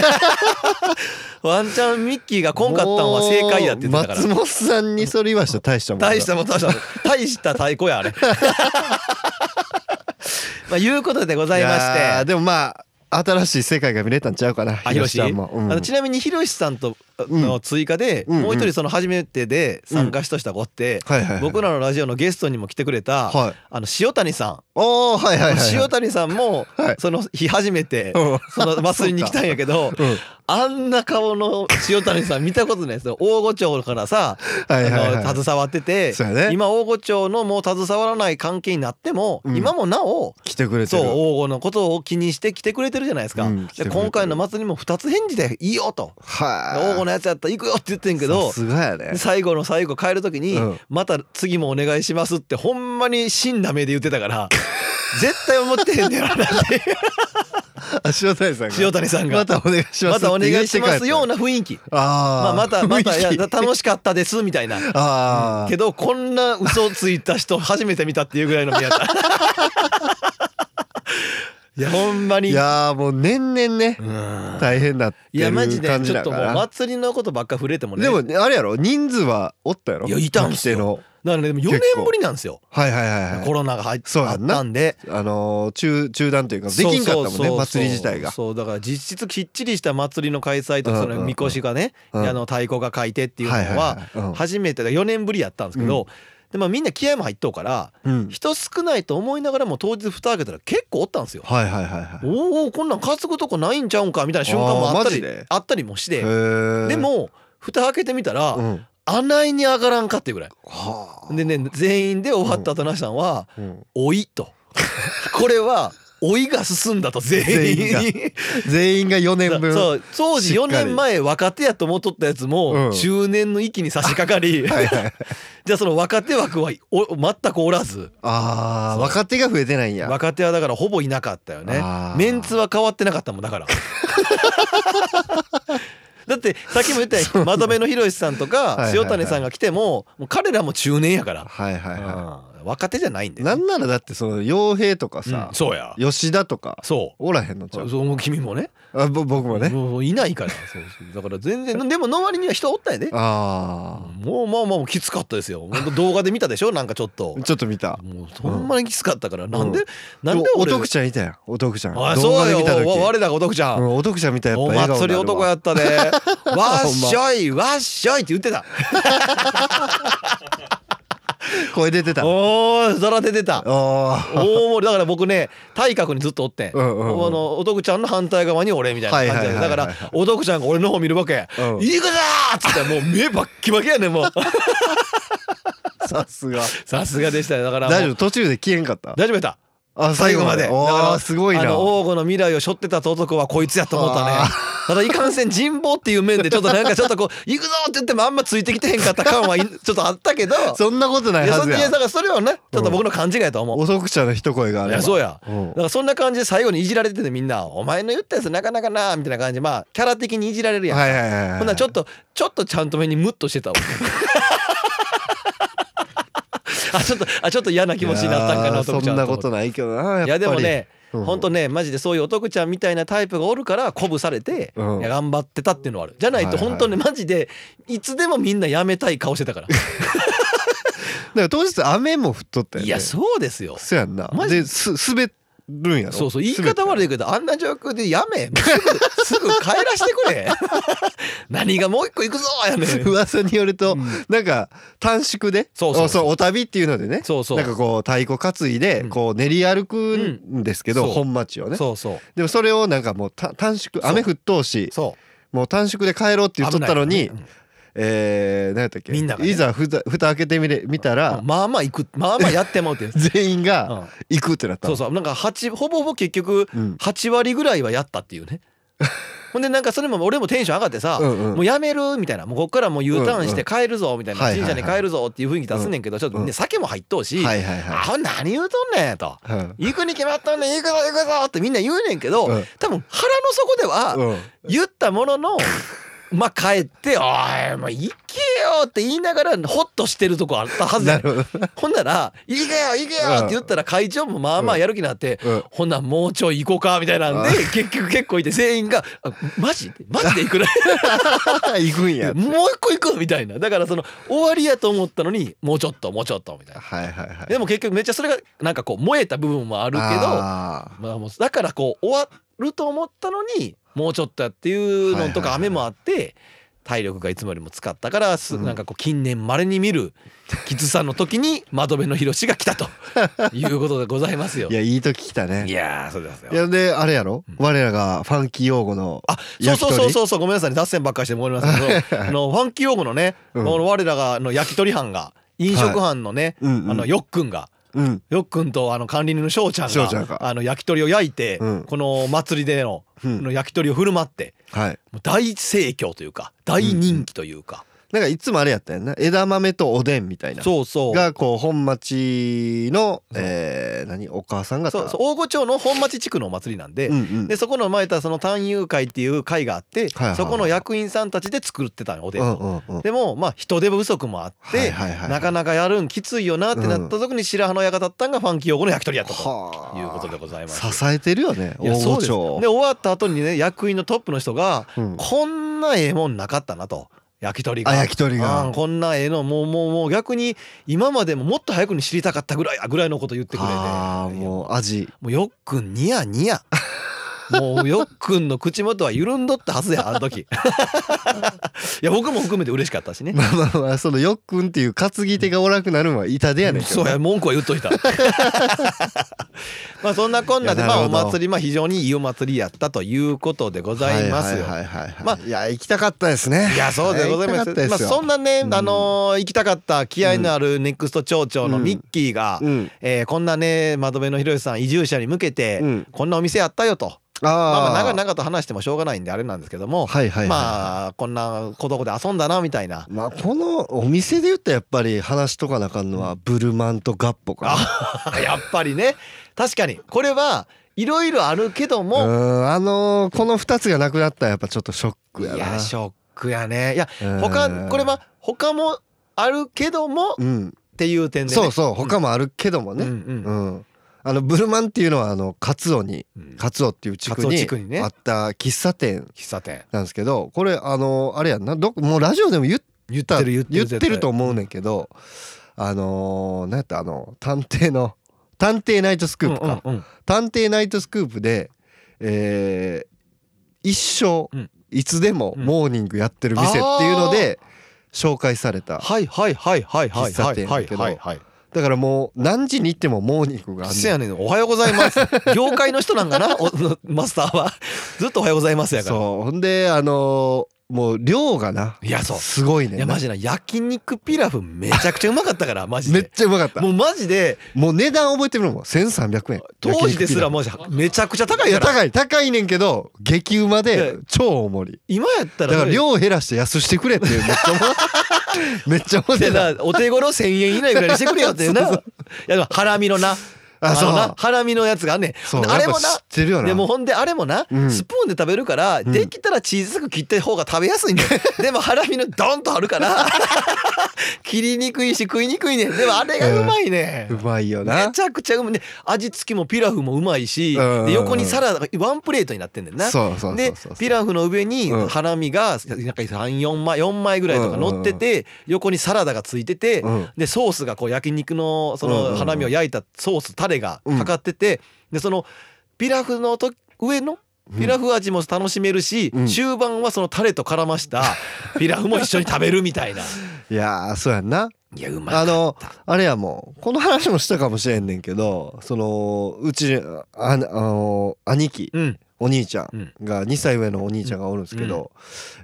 Speaker 2: ワンチャンミッキーがこんかったんは正解やって言ってたか
Speaker 1: もう松
Speaker 2: ら
Speaker 1: 本さんにそれ言わしたら大したもんだ
Speaker 2: 大したもん大したもん大した太鼓や
Speaker 1: <laughs>
Speaker 2: あれまあいうことでございまし
Speaker 1: いやー
Speaker 2: て
Speaker 1: でもまあ新しい世界が見れたんちゃうかな
Speaker 2: あひろし
Speaker 1: ち
Speaker 2: あ
Speaker 1: ゃんも、うん、
Speaker 2: のちなみにひろしさんとあ
Speaker 1: うん
Speaker 2: の追加で、
Speaker 1: うんうん
Speaker 2: もう一人その初めてで参加した人がおって、
Speaker 1: はいはいはい
Speaker 2: 僕らのラジオのゲストにも来てくれた、
Speaker 1: はい
Speaker 2: あの塩谷さん
Speaker 1: おおはいはいはいはい
Speaker 2: 塩谷さんも
Speaker 1: はい
Speaker 2: その日初めて
Speaker 1: うん <laughs>
Speaker 2: その祭りに来たんやけど
Speaker 1: うん
Speaker 2: あんな顔の塩谷さん見たことないで
Speaker 1: <laughs>
Speaker 2: すよ大御町からさあ
Speaker 1: はいはいはい
Speaker 2: の携わってて
Speaker 1: そうやね
Speaker 2: 今大御町のもう携わらない関係になっても
Speaker 1: うん
Speaker 2: 今もなお
Speaker 1: 来てくれて
Speaker 2: そ
Speaker 1: る
Speaker 2: う大御のことを気にして来てくれてるじゃないですか
Speaker 1: うん来てく
Speaker 2: で
Speaker 1: れてる
Speaker 2: 今回の祭りも2つ返事で「いいよ」と「
Speaker 1: は
Speaker 2: 大御
Speaker 1: ね
Speaker 2: のやつやったら行くよ」って言ってんけど
Speaker 1: さすがやね
Speaker 2: <laughs> で最後の最後帰る時に
Speaker 1: うん
Speaker 2: 「また次もお願いします」ってほんまに真な目で言ってたから絶対思ってへんねやろなって
Speaker 1: あ塩谷
Speaker 2: <laughs>
Speaker 1: さんが
Speaker 2: 塩谷さんが
Speaker 1: またお願いします
Speaker 2: またお願いしますよう
Speaker 1: な
Speaker 2: な雰囲気ま
Speaker 1: あー
Speaker 2: あまたま <laughs> たいや
Speaker 1: 雰囲気
Speaker 2: 楽しかったですみたいな
Speaker 1: あ
Speaker 2: けどこんな嘘ついた人初めて見たっていうぐらいの目やったいやほんま
Speaker 1: あ
Speaker 2: に
Speaker 1: <laughs> いやーもう年々ね
Speaker 2: うん
Speaker 1: 大変だって
Speaker 2: い
Speaker 1: い
Speaker 2: や
Speaker 1: う
Speaker 2: マジで
Speaker 1: 感じ
Speaker 2: ちょ
Speaker 1: だ
Speaker 2: っと
Speaker 1: か
Speaker 2: も
Speaker 1: ら
Speaker 2: う祭りのことばっか触れてもね
Speaker 1: でもあれやろ人数はおったやろ
Speaker 2: いやいたんす
Speaker 1: 来
Speaker 2: よ
Speaker 1: ての
Speaker 2: だからねでも4年
Speaker 1: 結構
Speaker 2: ぶりなんですよ
Speaker 1: はいはいはいはい
Speaker 2: コロナが入っ
Speaker 1: そう
Speaker 2: あ
Speaker 1: や
Speaker 2: っ
Speaker 1: んな
Speaker 2: たんで
Speaker 1: あのー中中断というかできんかったもん
Speaker 2: そうそうそ
Speaker 1: ね
Speaker 2: う
Speaker 1: 祭り自体が
Speaker 2: そうだから実質きっちりした祭りの開催とそ
Speaker 1: うんうんう
Speaker 2: の
Speaker 1: ん
Speaker 2: みこしがね、
Speaker 1: うん
Speaker 2: あの太鼓が書いてっていうの
Speaker 1: はいはい
Speaker 2: は
Speaker 1: はいうん
Speaker 2: 初めてだ4年ぶりやったんですけど、でまあ、みんな気合も入っとうから
Speaker 1: うん
Speaker 2: 人少ないと思いながらも当日蓋開けたら結構おったんですよ。
Speaker 1: はいはいはいはい
Speaker 2: おーおーこんなん担ぐとこないんちゃうんかみたいな瞬間もあった
Speaker 1: あーマジ
Speaker 2: り
Speaker 1: で
Speaker 2: あったりもして
Speaker 1: へえ
Speaker 2: でも蓋開けてみたら、
Speaker 1: うん
Speaker 2: あないに上がらんかっていうぐらい
Speaker 1: はあ
Speaker 2: でね全員で終わった後なしさんは
Speaker 1: うん
Speaker 2: 「老い」とこれは老いが進んだと全員
Speaker 1: 全
Speaker 2: に
Speaker 1: <laughs> 全員が4年分
Speaker 2: そう当時
Speaker 1: しっか
Speaker 2: 4
Speaker 1: り
Speaker 2: 年前若手やと思っとったやつ
Speaker 1: う
Speaker 2: も
Speaker 1: ん
Speaker 2: 中年の域に差し掛かり
Speaker 1: はいはい
Speaker 2: <laughs> じゃあその若手枠はお全くおらず
Speaker 1: ああ
Speaker 2: そう
Speaker 1: 若手が増えてないんや
Speaker 2: 若手はだからほぼいなかったよね
Speaker 1: あー
Speaker 2: メンツは変わってなかったもんだから
Speaker 1: <laughs>
Speaker 2: だってさっきも言ったようにまとめのひろしさんと
Speaker 1: はい
Speaker 2: か
Speaker 1: はいはい
Speaker 2: 塩谷さんが来てももう彼らも中年やから
Speaker 1: はいはいは
Speaker 2: うん若手じゃないん
Speaker 1: い
Speaker 2: で
Speaker 1: なんならだってその傭兵とかさ
Speaker 2: うんそうや
Speaker 1: 吉田とか
Speaker 2: そ
Speaker 1: おらへんのちゃ
Speaker 2: う
Speaker 1: う
Speaker 2: そう君もね
Speaker 1: あぼ僕もね
Speaker 2: もういないからそうそうだから全然でもの割には人おったんやで
Speaker 1: あ
Speaker 2: もうまあまあきつかったですよほんと動画で見たでしょなんかちょっと
Speaker 1: あちょっと見た
Speaker 2: もうほんまにきつかったからなんで
Speaker 1: う
Speaker 2: なんで
Speaker 1: でもお
Speaker 2: 俺
Speaker 1: 得ちゃんいたよお得ちゃん
Speaker 2: あ
Speaker 1: 動
Speaker 2: そ
Speaker 1: 画
Speaker 2: う
Speaker 1: で
Speaker 2: よ
Speaker 1: 見た時
Speaker 2: わ我らがお得ちゃ
Speaker 1: うんんお得ちゃん見たらやっ
Speaker 2: お
Speaker 1: ぱ笑顔
Speaker 2: 祭
Speaker 1: に
Speaker 2: り
Speaker 1: なる
Speaker 2: 男や
Speaker 1: わ
Speaker 2: ったでわっしょいわっしょいって
Speaker 1: <laughs>
Speaker 2: 言ってた
Speaker 1: 声出てた
Speaker 2: おー空出てた
Speaker 1: あ
Speaker 2: 大盛りだから僕ね体格にずっとおってん、
Speaker 1: うんうんうん
Speaker 2: あのお徳ちゃんの反対側に俺みたいな感じで、
Speaker 1: はいはいはいはい
Speaker 2: だからお徳ちゃんが俺の方見るわけ「
Speaker 1: うん
Speaker 2: いいかだ!」っつってもう目バッキバキやね
Speaker 1: <laughs>
Speaker 2: んもう
Speaker 1: あさすが
Speaker 2: さすがでしたよだからもう
Speaker 1: 大丈夫途中で消えんかった
Speaker 2: 大丈夫やった
Speaker 1: あ
Speaker 2: 最後までだから
Speaker 1: おーすごい
Speaker 2: あ
Speaker 1: な
Speaker 2: の王吾の未来を背負ってた盗賊はこいつやと思ったね
Speaker 1: はあ
Speaker 2: <laughs> ただいかんせん人望っていう面でちょっとなんかちょっとこう <laughs> 「行くぞ!」って言ってもあんまついてきてへんかった
Speaker 1: <laughs>
Speaker 2: 感はいちょっとあったけど
Speaker 1: そんなことない
Speaker 2: いや
Speaker 1: は
Speaker 2: そ
Speaker 1: ず
Speaker 2: いや
Speaker 1: や
Speaker 2: だからそれはねちょっと僕の勘違いやと思う、
Speaker 1: お得ちゃんの一声があ
Speaker 2: い
Speaker 1: れ
Speaker 2: や
Speaker 1: ば
Speaker 2: そうや、
Speaker 1: うん
Speaker 2: だからそんな感じで最後にいじられててみんな「お前の言ったやつなかなかな」みたいな感じでまあキャラ的にいじられるやん、
Speaker 1: はいはいはいはい
Speaker 2: ほんならちょっとちょっとちゃんと目にムッとして
Speaker 1: <laughs>
Speaker 2: たわ <laughs> あちょっとあちょっと嫌な気持ちになったんか
Speaker 1: いや
Speaker 2: な
Speaker 1: ー
Speaker 2: とち
Speaker 1: そん
Speaker 2: ゃん
Speaker 1: なこ
Speaker 2: 思って
Speaker 1: とないけどなやっぱり
Speaker 2: いやでもね
Speaker 1: うん
Speaker 2: ほんとねマジでそういうお徳ちゃんみたいなタイプがおるから鼓舞されて、
Speaker 1: うん
Speaker 2: いや頑張ってたっていうのはあるじゃない
Speaker 1: はい
Speaker 2: と
Speaker 1: はい
Speaker 2: 本当ねマジでいつでもみんなやめたい顔して
Speaker 1: <laughs>
Speaker 2: たから
Speaker 1: だから当日雨も降っとったよね
Speaker 2: いやそうですよ
Speaker 1: そうやんな
Speaker 2: マジ
Speaker 1: です滑るんやろ
Speaker 2: そうそう言い方悪いけどあんな状況でや
Speaker 1: <laughs>
Speaker 2: めもうすぐすぐ帰らしてくれ <laughs> 何がもう一個行くぞやねん
Speaker 1: 滑った噂によると、なんか短縮で
Speaker 2: そうそうそう
Speaker 1: おお旅っていうのでね
Speaker 2: そうそう
Speaker 1: なんかこう太鼓担いで
Speaker 2: うん
Speaker 1: こう練り歩くんですけど、
Speaker 2: うんそう
Speaker 1: 本町をね
Speaker 2: そうそう
Speaker 1: でもそれをなんかもうた短縮
Speaker 2: そう
Speaker 1: 雨降っとうし
Speaker 2: そ
Speaker 1: もう短縮で帰ろうって
Speaker 2: う
Speaker 1: 言っとったのに、
Speaker 2: 危ないよね
Speaker 1: えー、何やったっけ
Speaker 2: みんながね
Speaker 1: いざふた蓋開けてみれ見た
Speaker 2: うん
Speaker 1: ら、
Speaker 2: まあまあ行くまあまあやってま
Speaker 1: <laughs>
Speaker 2: うて
Speaker 1: 全員
Speaker 2: う
Speaker 1: が
Speaker 2: ん
Speaker 1: 行くってなった
Speaker 2: そ
Speaker 1: の
Speaker 2: うそうなんか八ほぼほぼ結局
Speaker 1: うん
Speaker 2: 8割ぐらいはやったっていう
Speaker 1: <laughs>
Speaker 2: ねほんでなんかそれも俺もテンション上がってさ、
Speaker 1: うんうん
Speaker 2: もうやめるみたいなもうこっからもう U ターンして帰るぞみたいな、
Speaker 1: うんうん
Speaker 2: 神社に帰るぞっていう雰囲気出すねんけどちょっとね、
Speaker 1: うん
Speaker 2: 酒も入っとうし「
Speaker 1: はいはい
Speaker 2: あ
Speaker 1: は
Speaker 2: ほん何言うとんねん」と
Speaker 1: いうん
Speaker 2: 「行くに決まったんねん行くぞ行くぞ」ってみんな言うねんけど、
Speaker 1: うん
Speaker 2: 多分腹の底では、
Speaker 1: うん
Speaker 2: 言ったも
Speaker 1: <laughs>
Speaker 2: ののまあ帰って「おいもう行けよ」って言いながらホッとしてるとこあったはず
Speaker 1: な
Speaker 2: や
Speaker 1: るほど
Speaker 2: ほんなら「行けよ行けよ」って言ったら会長もまあまあやる気になって「
Speaker 1: うん
Speaker 2: ほんなんもうちょい行こうか」みたいなんで
Speaker 1: あ
Speaker 2: 結局結構いて全員があ「マジマジで行く
Speaker 1: <laughs>
Speaker 2: な
Speaker 1: 行くんや
Speaker 2: もう一個行く」みたいなだからその終わりやと思ったのにもうちょっともうちょっとみたいな
Speaker 1: はいはいはい
Speaker 2: でも結局めっちゃそれがなんかこう燃えた部分もあるけど
Speaker 1: あ
Speaker 2: まあもうだからこう終わると思ったのにもうちょっとやっていうの
Speaker 1: は
Speaker 2: とか
Speaker 1: いはいはい
Speaker 2: 雨もあって体力がいつもよりも使ったからす
Speaker 1: うん
Speaker 2: なんかこう近年まれに見るきつさの時に窓辺の広しが来
Speaker 1: <laughs>
Speaker 2: たということでございますよ
Speaker 1: ーい。やいい時来たね
Speaker 2: いやーそうですよ
Speaker 1: い。やであれやろ、
Speaker 2: うん
Speaker 1: 我らがファンキー用語の
Speaker 2: あそう
Speaker 1: 焼き
Speaker 2: そう
Speaker 1: 鳥
Speaker 2: そうそうそうごめんなさいね脱線ばっかりしてごめんなさ
Speaker 1: <laughs>
Speaker 2: いけどあのファンキー用語のね、
Speaker 1: うん
Speaker 2: この我らがあの焼き鳥班が飲食班のね、
Speaker 1: うんうん
Speaker 2: あのよっくんが
Speaker 1: うん
Speaker 2: よっくんとあの管理人の翔ちゃんが
Speaker 1: 翔ちゃんが
Speaker 2: あの焼き鳥を焼いて、
Speaker 1: うん
Speaker 2: この祭りでの,、
Speaker 1: うん
Speaker 2: の焼き鳥を振る舞って
Speaker 1: はい
Speaker 2: もう大盛況というか大人気というか、
Speaker 1: なんかいつもあれやったよな枝豆とおでんみたいな
Speaker 2: そうそう
Speaker 1: がこう本町の
Speaker 2: そう
Speaker 1: えー、何お母さん方
Speaker 2: そうそう大御町の本町地区のお祭りなんで,、
Speaker 1: うんうん
Speaker 2: でそこの前たその探友会っていう会があって、
Speaker 1: はいはい
Speaker 2: そこの役員さんたちで作ってたのおでん
Speaker 1: う
Speaker 2: を、
Speaker 1: んうんうん
Speaker 2: でもまあ人手不足もあって、
Speaker 1: はいはいはい
Speaker 2: なかなかやるんきついよなってなった時に白羽の矢が立ったんがファンキー用語の焼き鳥やったと
Speaker 1: はあ
Speaker 2: いうことでございます。
Speaker 1: 支えてるよね
Speaker 2: いや
Speaker 1: 大
Speaker 2: そう
Speaker 1: 御
Speaker 2: です
Speaker 1: 町
Speaker 2: で終わった後にね役員のトップの人が
Speaker 1: うん
Speaker 2: こんなええもんなかったなと。焼き鳥が
Speaker 1: あ焼き鳥
Speaker 2: あ
Speaker 1: が
Speaker 2: ーこんなええのもうもうもう逆に今までももっと早くに知りたかったぐらいやぐらいのこと言ってくれて
Speaker 1: あーもう味 <laughs>
Speaker 2: もうよっくんニヤニヤもうよっくんの口元は緩んどったはずやあの時 <laughs> いや僕も含めて嬉しかったしね
Speaker 1: まあまあまあそのよっくんっていう担ぎ手がおらくなるんは痛手やねんけど
Speaker 2: そうや文句は言っ
Speaker 1: <laughs>
Speaker 2: といたまあそんなこんなで
Speaker 1: いや
Speaker 2: ま
Speaker 1: な
Speaker 2: あ
Speaker 1: る
Speaker 2: お
Speaker 1: ほど
Speaker 2: 祭りまあ非常にいいお祭りやったということでございますよ
Speaker 1: はいはいはいはい
Speaker 2: まあ
Speaker 1: いや行きたかったですね
Speaker 2: いやそうでございま
Speaker 1: 行
Speaker 2: す
Speaker 1: きたかった
Speaker 2: ま
Speaker 1: で
Speaker 2: あ
Speaker 1: すよ
Speaker 2: そんなね
Speaker 1: うん
Speaker 2: あのー行きたかった気合のあるネクスト町長のミッキーが
Speaker 1: うん
Speaker 2: えーこんなね窓辺のひろゆきさん移住者に向け
Speaker 1: う
Speaker 2: て
Speaker 1: ん
Speaker 2: こんなお店やったよと
Speaker 1: あー
Speaker 2: まあまあ長々と話してもしょうがないんであれなんですけども
Speaker 1: はいはいはい
Speaker 2: まあこんな子どこで遊んだなみたいな
Speaker 1: まあこのお店で言ったらやっぱり話しとかなあかんのはブルマンとガッポか
Speaker 2: あ <laughs> やっぱりね確かにこれはいろいろあるけど
Speaker 1: なう
Speaker 2: も
Speaker 1: んあのーこの2つがなくなったらやっぱちょっとショッ
Speaker 2: い
Speaker 1: クやな
Speaker 2: やショックやねいや
Speaker 1: うん
Speaker 2: 他これは他もあるけどもっ
Speaker 1: うん
Speaker 2: ていう点でね
Speaker 1: そうそう他もあるけども
Speaker 2: う
Speaker 1: ね
Speaker 2: んうん
Speaker 1: うんあのブルマンっていうのはあのカツオに
Speaker 2: うん
Speaker 1: カツオっていう地区
Speaker 2: カツオ地区に
Speaker 1: に
Speaker 2: ね
Speaker 1: あった喫茶店
Speaker 2: 喫茶店
Speaker 1: なんですけどこれあのあれやんなどこもうラジオでも言っ
Speaker 2: 言って
Speaker 1: た
Speaker 2: る言ってる
Speaker 1: 言ってると思うねんけどあのーなんやったあの探偵の探偵ナイトスクープか、
Speaker 2: うんうんうん
Speaker 1: 探偵ナイトスクープで、えー一生、
Speaker 2: うん
Speaker 1: いつでも
Speaker 2: うん
Speaker 1: モーニングやってる店っていうので紹介された、
Speaker 2: はいはいはいはいはい
Speaker 1: 喫茶
Speaker 2: はい
Speaker 1: 店
Speaker 2: は
Speaker 1: だ
Speaker 2: い
Speaker 1: けど
Speaker 2: はいはい
Speaker 1: だからもう何時に行ってもモーニングがあん
Speaker 2: せ
Speaker 1: ねん
Speaker 2: やねんおはようござ
Speaker 1: <laughs>
Speaker 2: います業界の人なんかなおマスターはずっとおはようございますやから
Speaker 1: そうほんであのーもう量がない
Speaker 2: やそう
Speaker 1: すごいねん
Speaker 2: い
Speaker 1: な
Speaker 2: やマジな焼肉ピラフめちゃくちゃうまかったからマジ
Speaker 1: めっ
Speaker 2: で
Speaker 1: ちゃうまかったも
Speaker 2: もうマジで
Speaker 1: う値段覚えてるのも1300円
Speaker 2: 当時ですら
Speaker 1: も
Speaker 2: マジめちゃくちゃ高い
Speaker 1: いや
Speaker 2: から
Speaker 1: 高い高いねんけど激うま
Speaker 2: いや
Speaker 1: で超大盛り
Speaker 2: 今やった
Speaker 1: だ
Speaker 2: ら
Speaker 1: から量減らして安してくれってめっちゃ思う <laughs> めっちゃ思っ
Speaker 2: で
Speaker 1: てた
Speaker 2: なお手頃1,000円以内ぐらいにしてくれよっていうないやでもハラミのな
Speaker 1: あ
Speaker 2: のな
Speaker 1: そう
Speaker 2: ハラミのやつがあんねん
Speaker 1: そう
Speaker 2: あれも
Speaker 1: やっぱ知ってるよ
Speaker 2: な
Speaker 1: な
Speaker 2: でもほんであれもな、
Speaker 1: うん
Speaker 2: スプーンで食べるから
Speaker 1: ん
Speaker 2: できたら小さく切った方が食べや
Speaker 1: <laughs>
Speaker 2: すいねんでもハラミのドンとあるから切りにくいし食いにくいねんでもあれがうまいね
Speaker 1: うまいよな
Speaker 2: めちゃくちゃうまいね味付きもピラフもうまいし
Speaker 1: うんうんうん
Speaker 2: で横にサラダがワンプレートになってんねんな
Speaker 1: そうそうそ
Speaker 2: で
Speaker 1: うそう
Speaker 2: ピラフの上に
Speaker 1: うん
Speaker 2: ハラミがなんか34枚4枚ぐらいとか乗ってて横にサラダがついてて
Speaker 1: うん
Speaker 2: でソースがこう焼肉のそ
Speaker 1: うんうんう
Speaker 2: の
Speaker 1: ん
Speaker 2: ハラミを焼いたソースタレがかかっててでそのピラフのと上のピラフ味も楽しめるし、
Speaker 1: うん
Speaker 2: 終盤はそのタレと絡
Speaker 1: <laughs>
Speaker 2: ましたピラフも一緒に食べるみたいな
Speaker 1: いやーそうやんない
Speaker 2: やうまい
Speaker 1: あのあれやもうこの話もしたかもしれんねんけどそのうちああの兄貴
Speaker 2: うん
Speaker 1: お兄ちゃんが2歳上のお兄ちゃんがおるんですけど、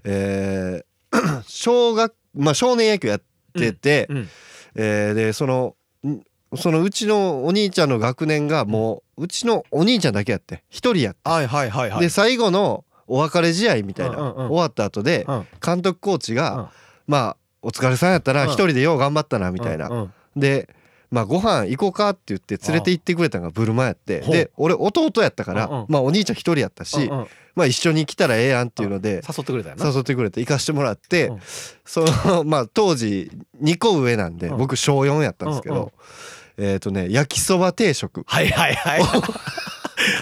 Speaker 1: えー <clears throat> 小学まあ少年野球やってて、
Speaker 2: うん
Speaker 1: えーでそのんそのうちのお兄ちゃんの学年がもううちのお兄ちゃんだけやって一人やって、
Speaker 2: はいはいはいはい
Speaker 1: で最後のお別れ試合みたいな、
Speaker 2: うんうんうん
Speaker 1: 終わった後で、
Speaker 2: うん
Speaker 1: 監督コーチが、
Speaker 2: うん
Speaker 1: まあお疲れさんやったな
Speaker 2: うん
Speaker 1: 一人でよう頑張ったなみたいな、
Speaker 2: うんうん
Speaker 1: で、まあ、ご飯行こうかって言って連れて行ってくれたのがブルマやって
Speaker 2: ほう
Speaker 1: で俺弟やったから、
Speaker 2: うんうん
Speaker 1: まあ、お兄ちゃん一人やったし、
Speaker 2: うんうん誘
Speaker 1: まあ、一緒に来たらええやんっていうので
Speaker 2: ってくれたよな
Speaker 1: 誘ってくれて行かしてもらって、
Speaker 2: うん
Speaker 1: そのまあ当時2個上なんで、
Speaker 2: うん
Speaker 1: 僕小4やったんですけど、えっ、とね焼きそば定食、
Speaker 2: はいは
Speaker 1: <laughs>
Speaker 2: いはい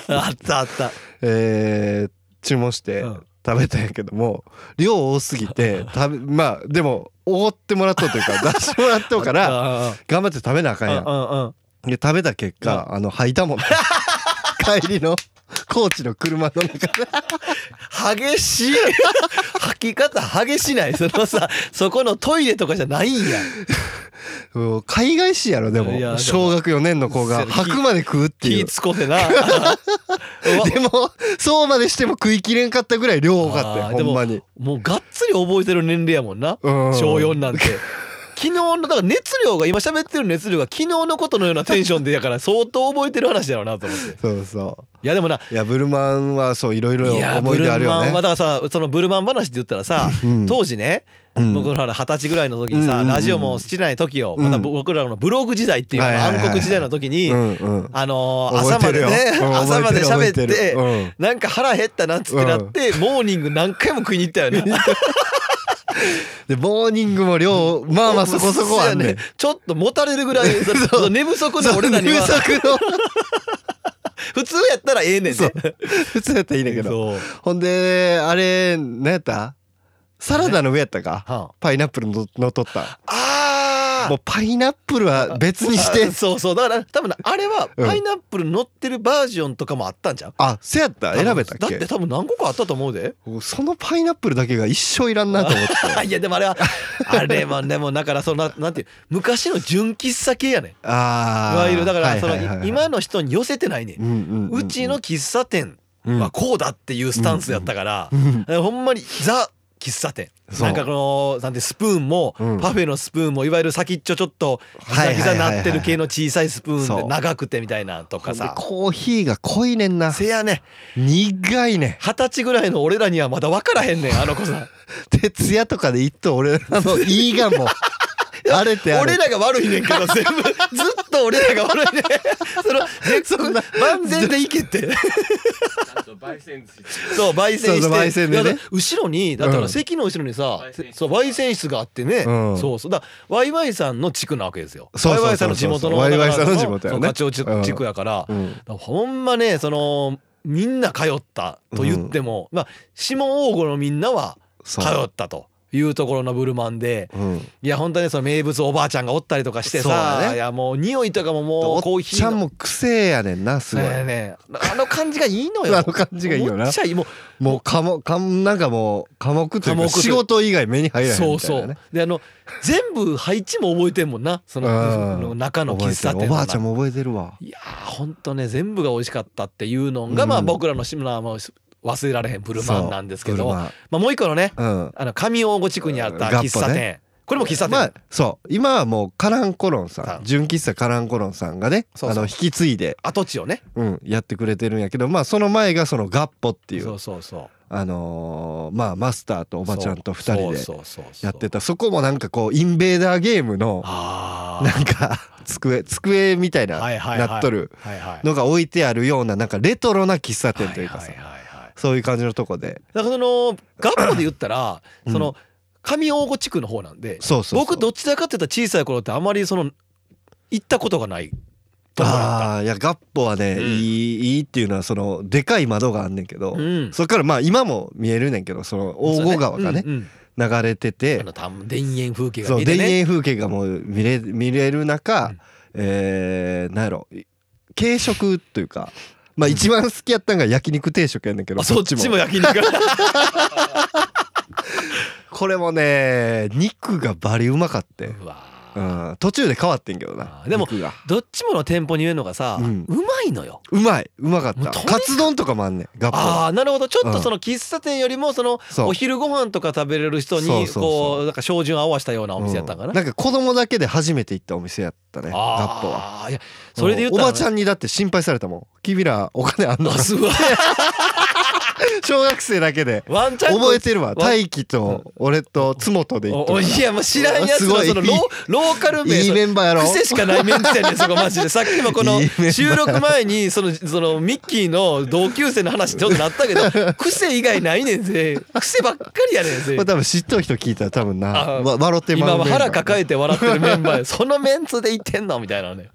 Speaker 2: あったあった
Speaker 1: えー注文して。
Speaker 2: うん
Speaker 1: 食べたんやけども量多すぎ
Speaker 2: <laughs>
Speaker 1: て食べまあでもおごってもらっとうというか出してもらっとうから
Speaker 2: ら
Speaker 1: 頑張って食べなあかんやんで食べた結果あの吐いた
Speaker 2: <laughs>
Speaker 1: もんね帰りの高知の車の中
Speaker 2: <laughs>
Speaker 1: で
Speaker 2: 激しい <laughs> 吐き方激しないそのさそこのトイレとかじゃないんや
Speaker 1: うん海外市やろで
Speaker 2: いやで
Speaker 1: も
Speaker 2: も
Speaker 1: 小学4年の子
Speaker 2: そ
Speaker 1: が
Speaker 2: うや
Speaker 1: 吐くまで食うってい
Speaker 2: 気
Speaker 1: う
Speaker 2: つこ
Speaker 1: <laughs>
Speaker 2: てなうわ
Speaker 1: でもそうまでしても食いきれんかったぐらい量多かった
Speaker 2: あ
Speaker 1: よ
Speaker 2: ーで
Speaker 1: ほ
Speaker 2: も
Speaker 1: んまに
Speaker 2: もうがっつり覚えてる年齢やもんな
Speaker 1: うん
Speaker 2: 小4なんて
Speaker 1: <laughs>
Speaker 2: 昨日のだから熱量が今喋ってる熱量が昨日のことのようなテンションでやから相当覚えてる話だろうなと思って
Speaker 1: そうそ
Speaker 2: いやでもな
Speaker 1: ういやブルマンはそういろいろ
Speaker 2: いや
Speaker 1: 思
Speaker 2: ブ
Speaker 1: い
Speaker 2: ル
Speaker 1: 出ある
Speaker 2: マ
Speaker 1: よ
Speaker 2: ンは
Speaker 1: ね
Speaker 2: だからさそのブルマン話って言ったらさ、
Speaker 1: うん
Speaker 2: 当時ね、
Speaker 1: うん
Speaker 2: 僕ら二十歳ぐらいの時に
Speaker 1: うん
Speaker 2: さ、
Speaker 1: うんうん
Speaker 2: ラジオもしてない時を、
Speaker 1: うん
Speaker 2: また僕らのブログ時代っていう、
Speaker 1: はいはいはい
Speaker 2: 暗黒時代の時に、
Speaker 1: うんうん
Speaker 2: あのー
Speaker 1: 覚
Speaker 2: 朝
Speaker 1: えて
Speaker 2: ま
Speaker 1: る
Speaker 2: で
Speaker 1: よ
Speaker 2: ね、
Speaker 1: うん
Speaker 2: 朝まで
Speaker 1: 覚
Speaker 2: 喋
Speaker 1: え
Speaker 2: って
Speaker 1: る覚えてるうん
Speaker 2: なんか腹減ったなんつってなって、モーニング何回も食いに行った
Speaker 1: <laughs>
Speaker 2: よね。
Speaker 1: でモーニングも
Speaker 2: <laughs>
Speaker 1: 量まあまあそこそこあんねん。
Speaker 2: ちょっともたれるぐらい
Speaker 1: <laughs>
Speaker 2: そう寝不足の俺らには
Speaker 1: そう寝不足の <laughs>
Speaker 2: 普通やったらええねんね。
Speaker 1: 普通やったらいいねんけど
Speaker 2: そう
Speaker 1: ほんであれ何やったサラダの上やったか
Speaker 2: は
Speaker 1: パイナップルののっとった
Speaker 2: ああ
Speaker 1: もうパイナップルは別にし
Speaker 2: あ
Speaker 1: て
Speaker 2: そうそうだから多分なあれは
Speaker 1: うん
Speaker 2: パイナップル乗ってるバージョンとかもあったんじゃん
Speaker 1: あせやった選べたっ
Speaker 2: だっ
Speaker 1: け
Speaker 2: て多分何個かあったと思うで
Speaker 1: そのパイナップルだけが一生いらんなと思って
Speaker 2: <laughs> いやでもあ
Speaker 1: <laughs>
Speaker 2: れはあれもでもだからそのなんていう昔の純喫茶系やねい
Speaker 1: ああ
Speaker 2: わゆるだからそのい
Speaker 1: 今
Speaker 2: 今の人に寄せてないねんうちの喫茶店はこうだっていうスタンスやったから
Speaker 1: う、ん
Speaker 2: ほんまにザ喫茶店
Speaker 1: そう
Speaker 2: なんかこのなんてスプーンも、
Speaker 1: うん
Speaker 2: パフェのスプーンもいわゆる先っちょちょっとギ
Speaker 1: はいは
Speaker 2: ザ
Speaker 1: い
Speaker 2: ギ
Speaker 1: はいは
Speaker 2: ザ
Speaker 1: い
Speaker 2: なってる系の小さいスプーンで
Speaker 1: そう
Speaker 2: 長くてみたいなとかさ
Speaker 1: コーヒーが濃いねんな
Speaker 2: <laughs> せやね
Speaker 1: 苦いね
Speaker 2: 二十歳ぐらいの俺らにはまだ分からへんねんあの子
Speaker 1: <laughs>
Speaker 2: さ
Speaker 1: 徹夜とかで一頭俺ら
Speaker 2: <laughs>
Speaker 1: のいいがもあれてあれ
Speaker 2: 俺らが悪いねんけど全部ずっと俺らが悪いねん
Speaker 1: <laughs>
Speaker 2: その
Speaker 1: んな
Speaker 2: 万全でいけって
Speaker 4: あと焙煎室
Speaker 2: そう焙煎
Speaker 1: そう
Speaker 2: して
Speaker 1: そう焙煎でね
Speaker 2: いやだから後ろにだか
Speaker 1: うん
Speaker 2: ら席の後ろにさ、
Speaker 4: 焙煎室
Speaker 2: そう焙煎室があってね、
Speaker 1: うん
Speaker 2: そうそうだからワイワイさんの地区なわけですよ
Speaker 1: そうそうそうそう
Speaker 2: ワイワイさんの地元の
Speaker 1: ワイワイさんの地元やね
Speaker 2: そうガチョウ地
Speaker 1: うん
Speaker 2: 地区やから,、
Speaker 1: うん
Speaker 2: ほんまねそのみんな通ったと言っても、まあ下王吾のみんなは通
Speaker 1: そ
Speaker 2: ったというところのブルマンで
Speaker 1: ううん
Speaker 2: いや本当にその名物おばあちゃんがおったりとかして
Speaker 1: そう
Speaker 2: さ、
Speaker 1: だね
Speaker 2: いやもう匂いとかもも
Speaker 1: お
Speaker 2: うコー
Speaker 1: っ
Speaker 2: ヒ
Speaker 1: ち
Speaker 2: ー
Speaker 1: ゃん
Speaker 2: の
Speaker 1: も癖やねんなすごい
Speaker 2: ねえ
Speaker 1: あ
Speaker 2: ねえあの感じがいい
Speaker 1: <laughs>
Speaker 2: のよ
Speaker 1: の感じがいいよ
Speaker 2: め
Speaker 1: な
Speaker 2: っちゃいいもう
Speaker 1: もうかもかもなんかもう科目という
Speaker 2: 寡
Speaker 1: か
Speaker 2: 黙という
Speaker 1: 仕事以外目に入らへんみたいな
Speaker 2: そ
Speaker 1: ね
Speaker 2: うそうであの全部配置も覚えてんもんなその
Speaker 1: うん
Speaker 2: その中の
Speaker 1: 覚えてる
Speaker 2: 喫茶店の
Speaker 1: おばあちゃんも覚えてるわ
Speaker 2: いやーほんとね全部が美味しかったっていうのが、
Speaker 1: うん
Speaker 2: まあ僕らの志村も忘れられへんブルマンなんですけど
Speaker 1: そう
Speaker 2: まあ、もう一個のね
Speaker 1: ブルマンうん
Speaker 2: あの上大御地区にあった
Speaker 1: ガッポね
Speaker 2: 喫茶店、これも喫茶店、
Speaker 1: まあそう今はもうカランコロン
Speaker 2: さ
Speaker 1: さ
Speaker 2: ん
Speaker 1: ん純喫茶カランコロンさんがね
Speaker 2: そうそう
Speaker 1: あの引き継いで、
Speaker 2: 跡地をね
Speaker 1: うん、やってくれてるんやけどまあその前がそのガッポっていう
Speaker 2: そうそうそう
Speaker 1: あのーまあマスターとお
Speaker 2: お
Speaker 1: ばちゃんと2人で
Speaker 2: そうそうそうそう
Speaker 1: やってたそこもなんかこうインベーダーゲームの
Speaker 2: あ
Speaker 1: なんか <laughs> 机机みたい
Speaker 2: あ
Speaker 1: な
Speaker 2: はいはいはい
Speaker 1: なっとる
Speaker 2: はいはい
Speaker 1: のが置いてあるようななんかレトロな喫茶店というかさ
Speaker 2: はいはいはいはい
Speaker 1: そういう感じのとこで
Speaker 2: だからそのガッポで言ったら
Speaker 1: うん
Speaker 2: その上大御地区の方なんで
Speaker 1: そうそうそう
Speaker 2: 僕どっちだかって言ったら小さい頃ってあまりその行ったことがないところだっ
Speaker 1: ああーいやガッポはね、
Speaker 2: うん
Speaker 1: いいいいっていうのはそのでかい窓があんねんけど、
Speaker 2: た。うん
Speaker 1: そっからまあ今も見えるねんけどその大郷川がね
Speaker 2: うんうん
Speaker 1: 流れてて
Speaker 2: あの田ん田園風景が
Speaker 1: そう
Speaker 2: 見
Speaker 1: 田
Speaker 2: れね
Speaker 1: 園風景がもう見れ見れる中、
Speaker 2: うん
Speaker 1: えーなんやろ軽食というかまあ
Speaker 2: うん
Speaker 1: 一番好きやったんが焼肉定食やねんけど、
Speaker 2: あそっちも焼肉が
Speaker 1: これもね肉がバリうまかって、
Speaker 2: <laughs> うわ
Speaker 1: う
Speaker 2: ー
Speaker 1: ん、途中で変わってんけどな
Speaker 2: あーでも
Speaker 1: 肉が
Speaker 2: どっちもの店舗に言えるのがさう
Speaker 1: うん
Speaker 2: まいのよ
Speaker 1: うまいうまかっ
Speaker 2: もう
Speaker 1: た
Speaker 2: とにか
Speaker 1: カ
Speaker 2: く
Speaker 1: ツ丼とかもあんねんガッポは
Speaker 2: ああなるほどちょっ
Speaker 1: う
Speaker 2: と
Speaker 1: ん
Speaker 2: その喫茶店よりもその
Speaker 1: そう
Speaker 2: お昼ご飯とか食べれる人に
Speaker 1: そうそうそう
Speaker 2: こうなんか照準を合わせたようなお店やったんかな
Speaker 1: うんんか子供だけで初めて行ったお店やったねガッポは
Speaker 2: ああいやそれで言った
Speaker 1: お
Speaker 2: ら
Speaker 1: ばちゃんにだって心配されたもん君らお金あんの
Speaker 2: あ
Speaker 1: か <laughs>
Speaker 2: すごい
Speaker 1: 小学生だけで
Speaker 2: ワンちゃんこ
Speaker 1: 覚えてるわ大輝と俺と妻とで行った
Speaker 2: お
Speaker 1: か
Speaker 2: お
Speaker 1: ら
Speaker 2: いやもう知らんやつの
Speaker 1: す
Speaker 2: そ
Speaker 1: ご
Speaker 2: の
Speaker 1: い
Speaker 2: ローローカル名
Speaker 1: いいメンバーやろ
Speaker 2: 癖しかないメンツやねんそこマジでさっきもこの
Speaker 1: いいメンバー
Speaker 2: 収録前にそのそのミッキーの同級生の話ちょっとなったけど
Speaker 1: <laughs>
Speaker 2: 癖以外ないねんぜ癖ばっかりやねんぜ
Speaker 1: まあ多分知っとる人聞いたら多分な
Speaker 2: あ
Speaker 1: わ笑ってま
Speaker 2: 今
Speaker 1: うメン
Speaker 2: は
Speaker 1: バー
Speaker 2: 腹抱えて笑ってるメンバーやそのメンツで言ってんのみたいなね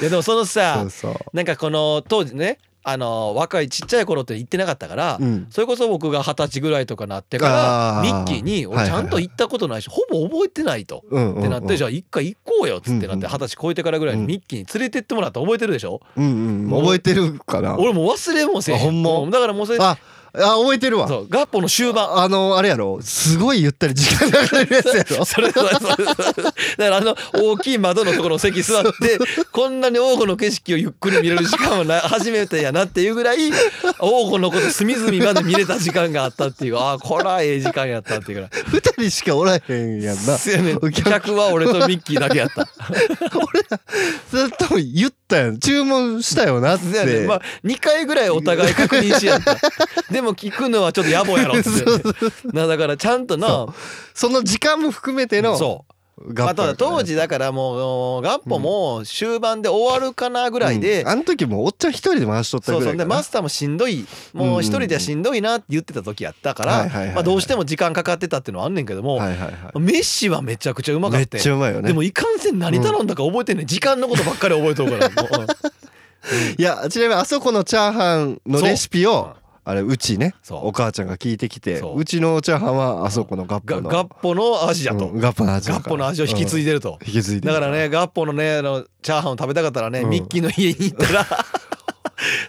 Speaker 2: いやでもその
Speaker 1: そ
Speaker 2: さ
Speaker 1: うそう
Speaker 2: なんかこの当時ねあの若いちっちゃい頃って行ってなかったから、
Speaker 1: うん
Speaker 2: それこそ僕が二十歳ぐらいとかなってから
Speaker 1: あー
Speaker 2: ミッキーに「俺ちゃんと行ったことないし、ほぼ覚えてない」と。
Speaker 1: うんうんうん
Speaker 2: ってなってじゃあ一回行こうよっつってな
Speaker 1: う
Speaker 2: っ
Speaker 1: んう
Speaker 2: て
Speaker 1: ん
Speaker 2: 二十歳超えてからぐらいにミッキーに連れてってもらった覚えてるでしょ
Speaker 1: うんうん覚えてるかな
Speaker 2: 俺もう忘れもせえへ
Speaker 1: あほんま
Speaker 2: うだからもうそれ
Speaker 1: ああ覚えてるわ
Speaker 2: そうガッポの終盤 <laughs>
Speaker 1: あのあれやろすごいゆったり時間流れるやつや
Speaker 2: <laughs>
Speaker 1: ろ
Speaker 2: それそれそれだからあの大きい窓のところの席座って
Speaker 1: <laughs>
Speaker 2: こんなに王吾の景色をゆっくり見れる時間はな初めてやなっていうぐらい王吾のこと隅々まで見れた時間があったっていうああこらええ時間やったっていうぐらい
Speaker 1: 二人しかおらへんやんな
Speaker 2: せやねん客は俺とミッキーだけやった
Speaker 1: ずっと言ったやん注文したよ
Speaker 2: <laughs>
Speaker 1: なっ
Speaker 2: せやね
Speaker 1: て
Speaker 2: んまあ2回ぐらいお
Speaker 1: <laughs>
Speaker 2: 互い確認しやったでも聞くのはちょっと野暮やろっつってねなだからちゃんとな
Speaker 1: その時間も含めての
Speaker 2: そう
Speaker 1: ガ
Speaker 2: あ
Speaker 1: ッポ
Speaker 2: と
Speaker 1: や
Speaker 2: は
Speaker 1: ったね
Speaker 2: 当時だからもうガッポも終盤で終わるかなぐらいで、
Speaker 1: うんあの時もうおっちゃん一人で回しとった
Speaker 2: そう
Speaker 1: ぐ
Speaker 2: そ
Speaker 1: ら
Speaker 2: う
Speaker 1: い
Speaker 2: で
Speaker 1: か
Speaker 2: マ
Speaker 1: な
Speaker 2: スターもしんどいもう一人ではしんどいなって言ってた時やったか
Speaker 1: はいはいはいは
Speaker 2: ら
Speaker 1: い
Speaker 2: まあどうしても時間かかってたっていうのはあんねんけども、
Speaker 1: はいはいは
Speaker 2: メッシはめちゃくちゃうま
Speaker 1: い
Speaker 2: か
Speaker 1: め
Speaker 2: っ
Speaker 1: ったちゃうまいよね
Speaker 2: でもいかんせん何頼んだか覚えてんねん時間のことばっ
Speaker 1: <laughs>
Speaker 2: かり覚えとるからもう
Speaker 1: いやちなみにあそこのチャーハンのレシピをあれうちね
Speaker 2: そう
Speaker 1: お母ちゃんが聞いてきて
Speaker 2: そう
Speaker 1: うちのチャーハンはあそこのガッポ
Speaker 2: が
Speaker 1: の
Speaker 2: ガッポの味だと、
Speaker 1: うんガッポの味
Speaker 2: ガッポの味を引き継
Speaker 1: い
Speaker 2: いでると、
Speaker 1: 引き継いで
Speaker 2: だ
Speaker 1: る
Speaker 2: からねガッポのねあのチャーハンを食べたかったらね、
Speaker 1: うん
Speaker 2: ミッキーの家に行ったら <laughs>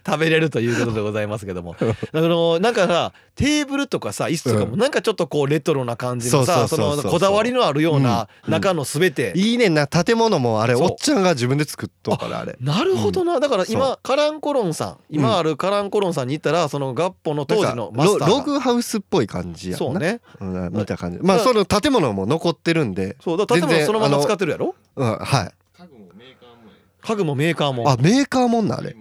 Speaker 2: 食べれるということでございますけどもあのなんかさテーブルとかさ椅子とかも
Speaker 1: う
Speaker 2: なんかちょっとこうレトロな感じの
Speaker 1: そ
Speaker 2: さ
Speaker 1: うそ
Speaker 2: そう
Speaker 1: そうそう
Speaker 2: のこだわりのあるような
Speaker 1: うん
Speaker 2: 中の全て、
Speaker 1: いいねんな建物もあれ
Speaker 2: そう
Speaker 1: おっちゃんが自分で作っとうからあれ
Speaker 2: なるほどな、だから今カランコロンさん今あるカランコロンさんに行ったらそのガッポの当時のマ
Speaker 1: なん
Speaker 2: ス
Speaker 1: か
Speaker 2: タ
Speaker 1: ロ
Speaker 2: ー
Speaker 1: ロ
Speaker 2: が
Speaker 1: グハウスっぽい感じやんな
Speaker 2: そうね
Speaker 1: うん見た感じまあその建物も残ってるんで
Speaker 2: そうだから建
Speaker 1: 全
Speaker 2: 物
Speaker 1: 然
Speaker 2: そのま
Speaker 1: あ
Speaker 2: ま
Speaker 1: の
Speaker 2: 使ってるやろ
Speaker 1: うんはい
Speaker 4: 家具もメーカーもや
Speaker 2: 家具もメーカーも
Speaker 1: あメーカーもんなあれ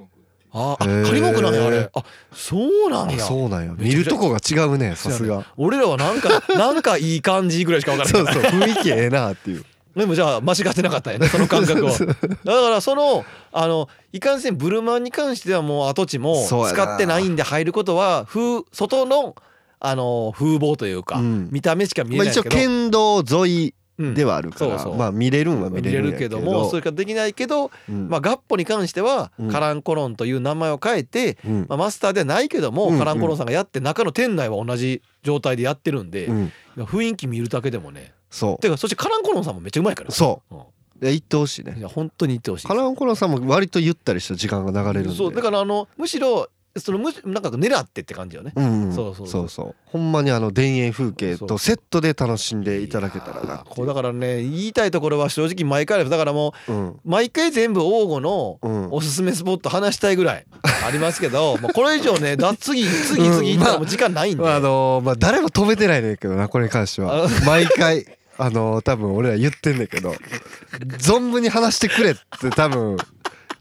Speaker 2: ああ
Speaker 1: へー
Speaker 2: 仮目なんやあれあそうなん
Speaker 1: あ
Speaker 2: や
Speaker 1: そうなんや
Speaker 2: め
Speaker 1: 見
Speaker 2: ちゃくちゃ
Speaker 1: るとこが違うねさすが
Speaker 2: 俺らはなん
Speaker 1: <laughs>
Speaker 2: かなんかいい感じぐらいしか分から
Speaker 1: そ
Speaker 2: ないう
Speaker 1: そう雰囲気ええなっていう
Speaker 2: でもじゃあ間違ってなかっ
Speaker 1: <laughs>
Speaker 2: たよねその感覚をだからそのあのいかんせんブルマンに関してはもう跡地も
Speaker 1: そうやな
Speaker 2: 使ってないんで入ることは風外のあの風貌というか、
Speaker 1: うん
Speaker 2: 見た目しか見え
Speaker 1: まあ
Speaker 2: ない
Speaker 1: 一
Speaker 2: け
Speaker 1: 応
Speaker 2: ど、
Speaker 1: 県道沿い
Speaker 2: うん
Speaker 1: ではあるか
Speaker 2: うん
Speaker 1: ら
Speaker 2: そうそう
Speaker 1: まあ見れるんは見
Speaker 2: 見
Speaker 1: れ
Speaker 2: れ
Speaker 1: るん
Speaker 2: る
Speaker 1: や
Speaker 2: け
Speaker 1: けど
Speaker 2: どもそれからできないけど、
Speaker 1: うん
Speaker 2: まあ、ガッポに関しては
Speaker 1: うん
Speaker 2: カランコロンという名前を変えて、
Speaker 1: うん
Speaker 2: まあ、マスターではないけども、
Speaker 1: うん
Speaker 2: カランコロンさんがやって中の店内は同じ状態でやってるんで、
Speaker 1: うん
Speaker 2: 雰囲気見るだけでもね
Speaker 1: そ
Speaker 2: てかそしてカランコロンさんもめっちゃうまいから、
Speaker 1: うそうう行ってほしいね
Speaker 2: ん、いや本当に言ってほしい
Speaker 1: カランコロンさんも割とゆったりした時間が流れるんで
Speaker 2: そうだからあのむしろそのむしなんか狙ってって感じよね
Speaker 1: うんうん、
Speaker 2: そうそう
Speaker 1: そうそうほんまにあの田園風景
Speaker 2: そ
Speaker 1: と
Speaker 2: う
Speaker 1: セットで楽しんでいただけたら
Speaker 2: いや
Speaker 1: な
Speaker 2: ーこうだからね言いたいところは正直毎回あるだからも
Speaker 1: うん
Speaker 2: う毎回全部王吾の
Speaker 1: うん
Speaker 2: おすすめスポット話したいぐらいありますけどもうこれ以上ねだ次次次行ったらもう時間ないんで、
Speaker 1: まああのーまあ誰も止めてないねんけど
Speaker 2: <laughs>
Speaker 1: なこれに関しては毎回あのー多分俺ら言ってんねんけど存分に話してくれって多分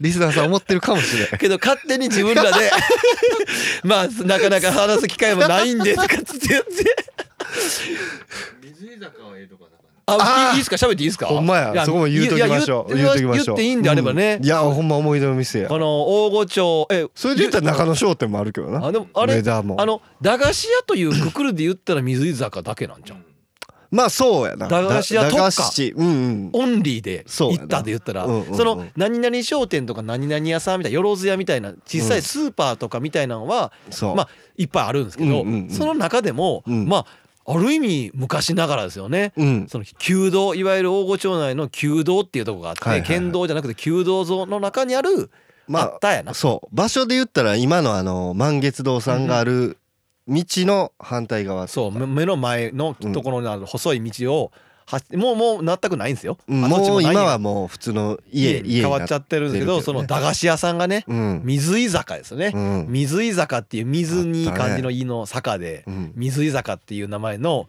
Speaker 1: リスナーさん思ってるかもしれない
Speaker 2: けど勝手に自分ら
Speaker 1: <laughs>
Speaker 2: でまあなかなか話す機会もないんでとかつって言って
Speaker 4: 水井坂はええとかだから
Speaker 2: あ
Speaker 1: あー
Speaker 2: いいいいですか喋っていいですか
Speaker 1: ほんま
Speaker 2: い
Speaker 1: やそこも言うときましょう
Speaker 2: い
Speaker 1: 言
Speaker 2: や
Speaker 1: うときましょう
Speaker 2: 言っていいんであればね、
Speaker 1: うんいやほんま思い出の店や
Speaker 2: この大御町え
Speaker 1: それで言ったら中野商店もあるけどな
Speaker 2: あでもあれ
Speaker 1: 梅田も
Speaker 2: あの駄菓子屋というくくりで言ったら水井坂だけなんじゃん
Speaker 1: まあそうやな
Speaker 2: 駄菓子屋
Speaker 1: だ
Speaker 2: 特化
Speaker 1: 駄菓子うんうん
Speaker 2: オンリーで
Speaker 1: そうや
Speaker 2: 行
Speaker 1: な
Speaker 2: ったで言ったら
Speaker 1: うんうんうん
Speaker 2: その何々商店とか何々屋さんみたいなよろず屋みたいな小さいスーパーとかみたいなのは
Speaker 1: そう
Speaker 2: まあいっぱいあるんですけど
Speaker 1: うんうんうん
Speaker 2: その中でも
Speaker 1: うん
Speaker 2: まあある意味昔ながらですよね。
Speaker 1: うん
Speaker 2: その旧道いわゆる大御町内の旧道っていうとこがあって、
Speaker 1: はいはいはい
Speaker 2: 県道じゃなくて旧道沿いの中にある、
Speaker 1: ま
Speaker 2: あったやな
Speaker 1: あそう場所で言ったら今のあの満月堂さんがある道の反対側
Speaker 2: そう目目の前のところにある細い道をはもうもう全くないんですよ。
Speaker 1: うん
Speaker 2: 跡地
Speaker 1: もう
Speaker 2: ない
Speaker 1: 今はもう普通の家家に
Speaker 2: 変
Speaker 1: な
Speaker 2: わっちゃってるんですけど
Speaker 1: なって
Speaker 2: そ
Speaker 1: るけど
Speaker 2: の
Speaker 1: ね
Speaker 2: 駄菓子屋さんがね
Speaker 1: うん
Speaker 2: 水井坂ですね、
Speaker 1: うん
Speaker 2: 水井坂っていう水にいい
Speaker 1: あったね
Speaker 2: 感じの井の坂で、
Speaker 1: うん
Speaker 2: 水井坂っていう名前の、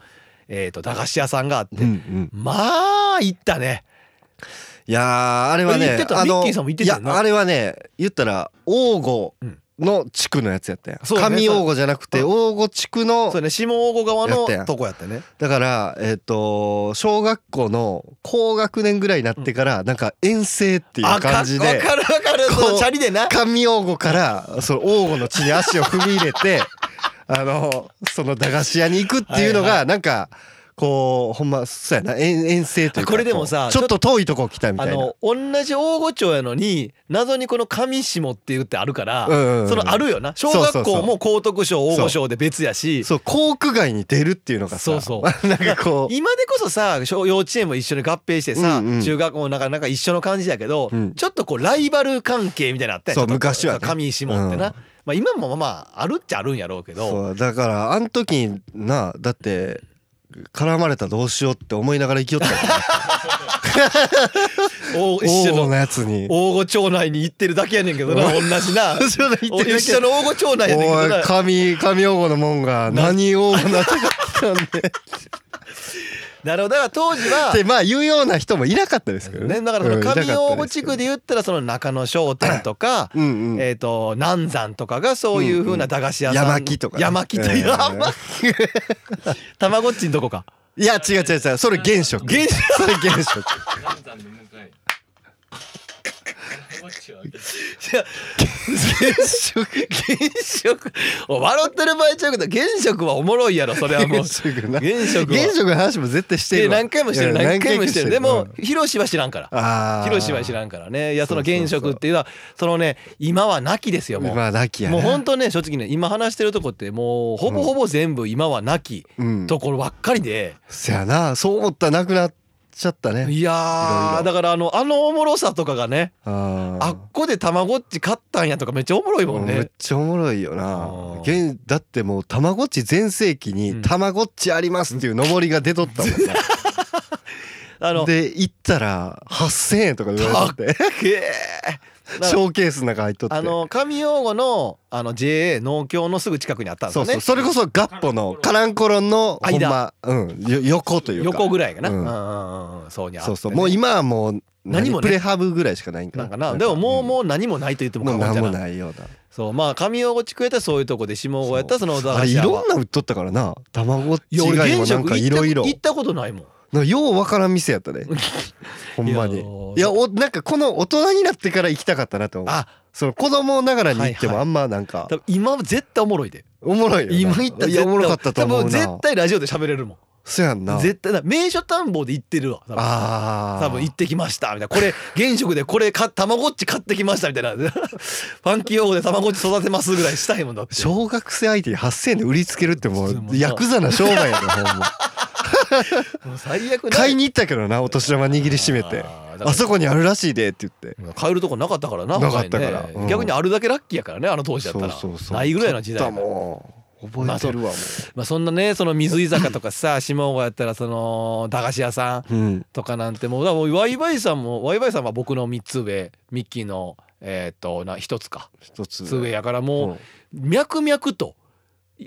Speaker 2: えー、と駄菓子屋さんがあって、
Speaker 1: うんうん
Speaker 2: まあ行ったね
Speaker 1: いやーあれはね
Speaker 2: 言ってた
Speaker 1: あ
Speaker 2: ミッ
Speaker 1: の
Speaker 2: キーさんも言ってたよない
Speaker 1: やあれはね言ったら王吾
Speaker 2: うん
Speaker 1: の地区のやつやったやん
Speaker 2: そうだね
Speaker 1: 上王吾じゃなくて
Speaker 2: う
Speaker 1: 王吾地区の
Speaker 2: そうね下大御川
Speaker 1: や
Speaker 2: の
Speaker 1: ったやん
Speaker 2: とこやってね
Speaker 1: だからえっと小学校の高学年ぐらいになってからなんか遠征っていう感じ
Speaker 2: あか
Speaker 1: で
Speaker 2: わかるわかる
Speaker 1: こう
Speaker 2: そのチャリでな
Speaker 1: 上王吾からその王吾の地に足を踏み入れ
Speaker 2: <laughs>
Speaker 1: てあのその駄菓子屋に行くっていうの
Speaker 2: はいは
Speaker 1: がなんかこうほんまそうやな遠遠征というか
Speaker 2: これでも
Speaker 1: こ
Speaker 2: さ
Speaker 1: うちょっと遠いとこ来たみた
Speaker 2: あ
Speaker 1: いな
Speaker 2: の同じ大御町やのに謎にこの上下って言ってあるから、
Speaker 1: うんうんうん
Speaker 2: そのあるよな小
Speaker 1: そ
Speaker 2: 学
Speaker 1: うそう
Speaker 2: 校
Speaker 1: そ
Speaker 2: も高徳賞大御賞で別やし
Speaker 1: そう校区外に出るっていうのがさ
Speaker 2: そうそ
Speaker 1: <laughs> なんかこう
Speaker 2: 今でこそさ小幼稚園も一緒に合併してさ、
Speaker 1: うんうん
Speaker 2: 中学校もなかなか一緒の感じやけど、
Speaker 1: うん
Speaker 2: ちょっとこうライバル関係みたいなのあったやん
Speaker 1: そう
Speaker 2: ちょっと
Speaker 1: 昔はね
Speaker 2: 上下ってな、
Speaker 1: うん
Speaker 2: まあ、今もまああるっちゃあるんやろうけど
Speaker 1: そうだからあの時になだって絡まれたらどうしようって思いながら生きよったよね
Speaker 2: 大 <laughs>
Speaker 1: 王
Speaker 2: 一緒
Speaker 1: 吾
Speaker 2: の
Speaker 1: のやつに
Speaker 2: 大御町内に行ってるだけやねんけどな同じ
Speaker 1: <laughs>
Speaker 2: な
Speaker 1: 一緒の言ってるだけ
Speaker 2: 一緒の大御町内やねんけ
Speaker 1: お
Speaker 2: どない
Speaker 1: 神神王吾のもんが何王吾なってたんで
Speaker 2: <laughs> なるほどだから当時
Speaker 1: <laughs>
Speaker 2: は
Speaker 1: ってまあ言うような人もいなかったですけどね。
Speaker 2: ね、だからその上大
Speaker 1: 御、
Speaker 2: 御地区で言ったらその中野商店とか
Speaker 1: うんうん
Speaker 2: えー、と南山とかがそういうふうな駄菓子屋さん、
Speaker 1: 山木とかね
Speaker 2: 山木とい
Speaker 1: え
Speaker 2: う、
Speaker 1: ー
Speaker 2: 山 <laughs> たまごっちのとこか
Speaker 1: いや違う違う違うそれ現職
Speaker 2: 現職
Speaker 1: それ現職
Speaker 4: 南山の向かい
Speaker 2: いや現職現職お笑ってる場合ちゃうけど現職はおもろいやろそれはもう
Speaker 1: 原
Speaker 2: 現
Speaker 1: 色な
Speaker 2: 職は
Speaker 1: 原色の話も絶対して
Speaker 2: で
Speaker 1: るわ
Speaker 2: 何回もしてる
Speaker 1: いや
Speaker 2: 何回もしてるでも
Speaker 1: うん
Speaker 2: ヒロシは知らんから
Speaker 1: ああ
Speaker 2: ヒロシは知らんからねいやその
Speaker 1: そうそう
Speaker 2: 現職っていうのはそのね今はなきですよもう
Speaker 1: まあなきやね
Speaker 2: もう本当ね正直ね今話してるとこってもうほぼほぼ全部今はなき
Speaker 1: うん
Speaker 2: ところばっかりで
Speaker 1: そやなそう思ったらなくなっちゃったね
Speaker 2: いやーだからあのあのおもろさとかがね
Speaker 1: あ
Speaker 2: あっこでたまごっち買ったんやとかめっちゃおもろいもん
Speaker 1: めっ
Speaker 2: ね
Speaker 1: ちゃおもろいよ
Speaker 2: あ
Speaker 1: な
Speaker 2: ー
Speaker 1: 現だってもうたまごっち全盛期
Speaker 2: うん
Speaker 1: に「たまごっちあります」っていうのぼりが出とったもんね
Speaker 2: <laughs> あの
Speaker 1: で行ったら8,000円とかで言われてて
Speaker 2: へえだ
Speaker 1: シ
Speaker 2: から
Speaker 1: ョーケースの中入っとって
Speaker 2: あの上用語のあの JA 農協のすぐ近くにあったんです
Speaker 1: そ
Speaker 2: よ
Speaker 1: うそう
Speaker 2: ね
Speaker 1: それこそガッポのカランコロンのほんまうんよ横というか
Speaker 2: 横ぐらいかなう
Speaker 1: うんん
Speaker 2: うんうんうんそうにあって
Speaker 1: そ
Speaker 2: ね
Speaker 1: うそうもう今はもう
Speaker 2: 何
Speaker 1: 何
Speaker 2: もね
Speaker 1: プレハブぐらいしかないんか
Speaker 2: な
Speaker 1: なん
Speaker 2: かなでももうも
Speaker 1: う
Speaker 2: う何もないと言って
Speaker 1: ん
Speaker 2: も
Speaker 1: も
Speaker 2: 過
Speaker 1: う
Speaker 2: 言
Speaker 1: 何
Speaker 2: じゃ
Speaker 1: も
Speaker 2: ない
Speaker 1: ないような
Speaker 2: そうまあ上用語地区やったらそういうとこで下用語やったらその駄
Speaker 1: あ
Speaker 2: 菓
Speaker 1: れ
Speaker 2: 子
Speaker 1: い
Speaker 2: 屋
Speaker 1: ろ
Speaker 2: は
Speaker 1: んなん売っとったからな卵っち
Speaker 2: いや
Speaker 1: 以
Speaker 2: 俺
Speaker 1: 外も
Speaker 2: 現
Speaker 1: なん
Speaker 2: 職
Speaker 1: かい
Speaker 2: 行っ
Speaker 1: ろい
Speaker 2: た
Speaker 1: ろ
Speaker 2: 行ったことないもん
Speaker 1: なんかようわからん店や
Speaker 2: <laughs>
Speaker 1: ったねほんま
Speaker 2: い
Speaker 1: に
Speaker 2: やー
Speaker 1: いやおなんかこの大人になってから行きたかったなと思う
Speaker 2: あ
Speaker 1: その子供ながらに行っても
Speaker 2: はいはい
Speaker 1: あんまなんか
Speaker 2: 多分今は絶対おもろいで
Speaker 1: おもろいよな
Speaker 2: 今行ったら
Speaker 1: いやおもろかったと思うな
Speaker 2: 多分絶対ラジオで喋れるも
Speaker 1: そやんなん
Speaker 2: 絶対だ名所探訪で行ってるわ多分
Speaker 1: ああ
Speaker 2: 多分行ってきましたみたいなこれ現職でこれかたまごっち買ってきましたみたいな <laughs> ファンキー用語でたまごっち育てますぐらいしたいもんだって
Speaker 1: 小学生相手に8,000円で売りつけるっても
Speaker 2: そうそう
Speaker 1: うヤクザな商売やでほんま
Speaker 2: もう最悪
Speaker 1: 買いに行ったけどなお年玉握りしめて
Speaker 2: あーだから
Speaker 1: あそこにあるらしいでって言って
Speaker 2: 買えるとこなかったからな
Speaker 1: なかったから
Speaker 2: 他にね
Speaker 1: うん
Speaker 2: 逆にあるだけラッキーやからねあの当時だったら
Speaker 1: そうそうそう
Speaker 2: ないぐらいの時代
Speaker 1: 買ったもん覚えてるわも
Speaker 2: まあそんなねその水井坂とかさ <laughs> 下郷やったらその駄菓子屋さん
Speaker 1: ううん
Speaker 2: とかなんてもうだからもうワイワイさんもワイワイさんは僕の3つ上ミッキーのえっとな1つか
Speaker 1: 一つ
Speaker 2: つ上やからもう
Speaker 1: うん
Speaker 2: 脈々と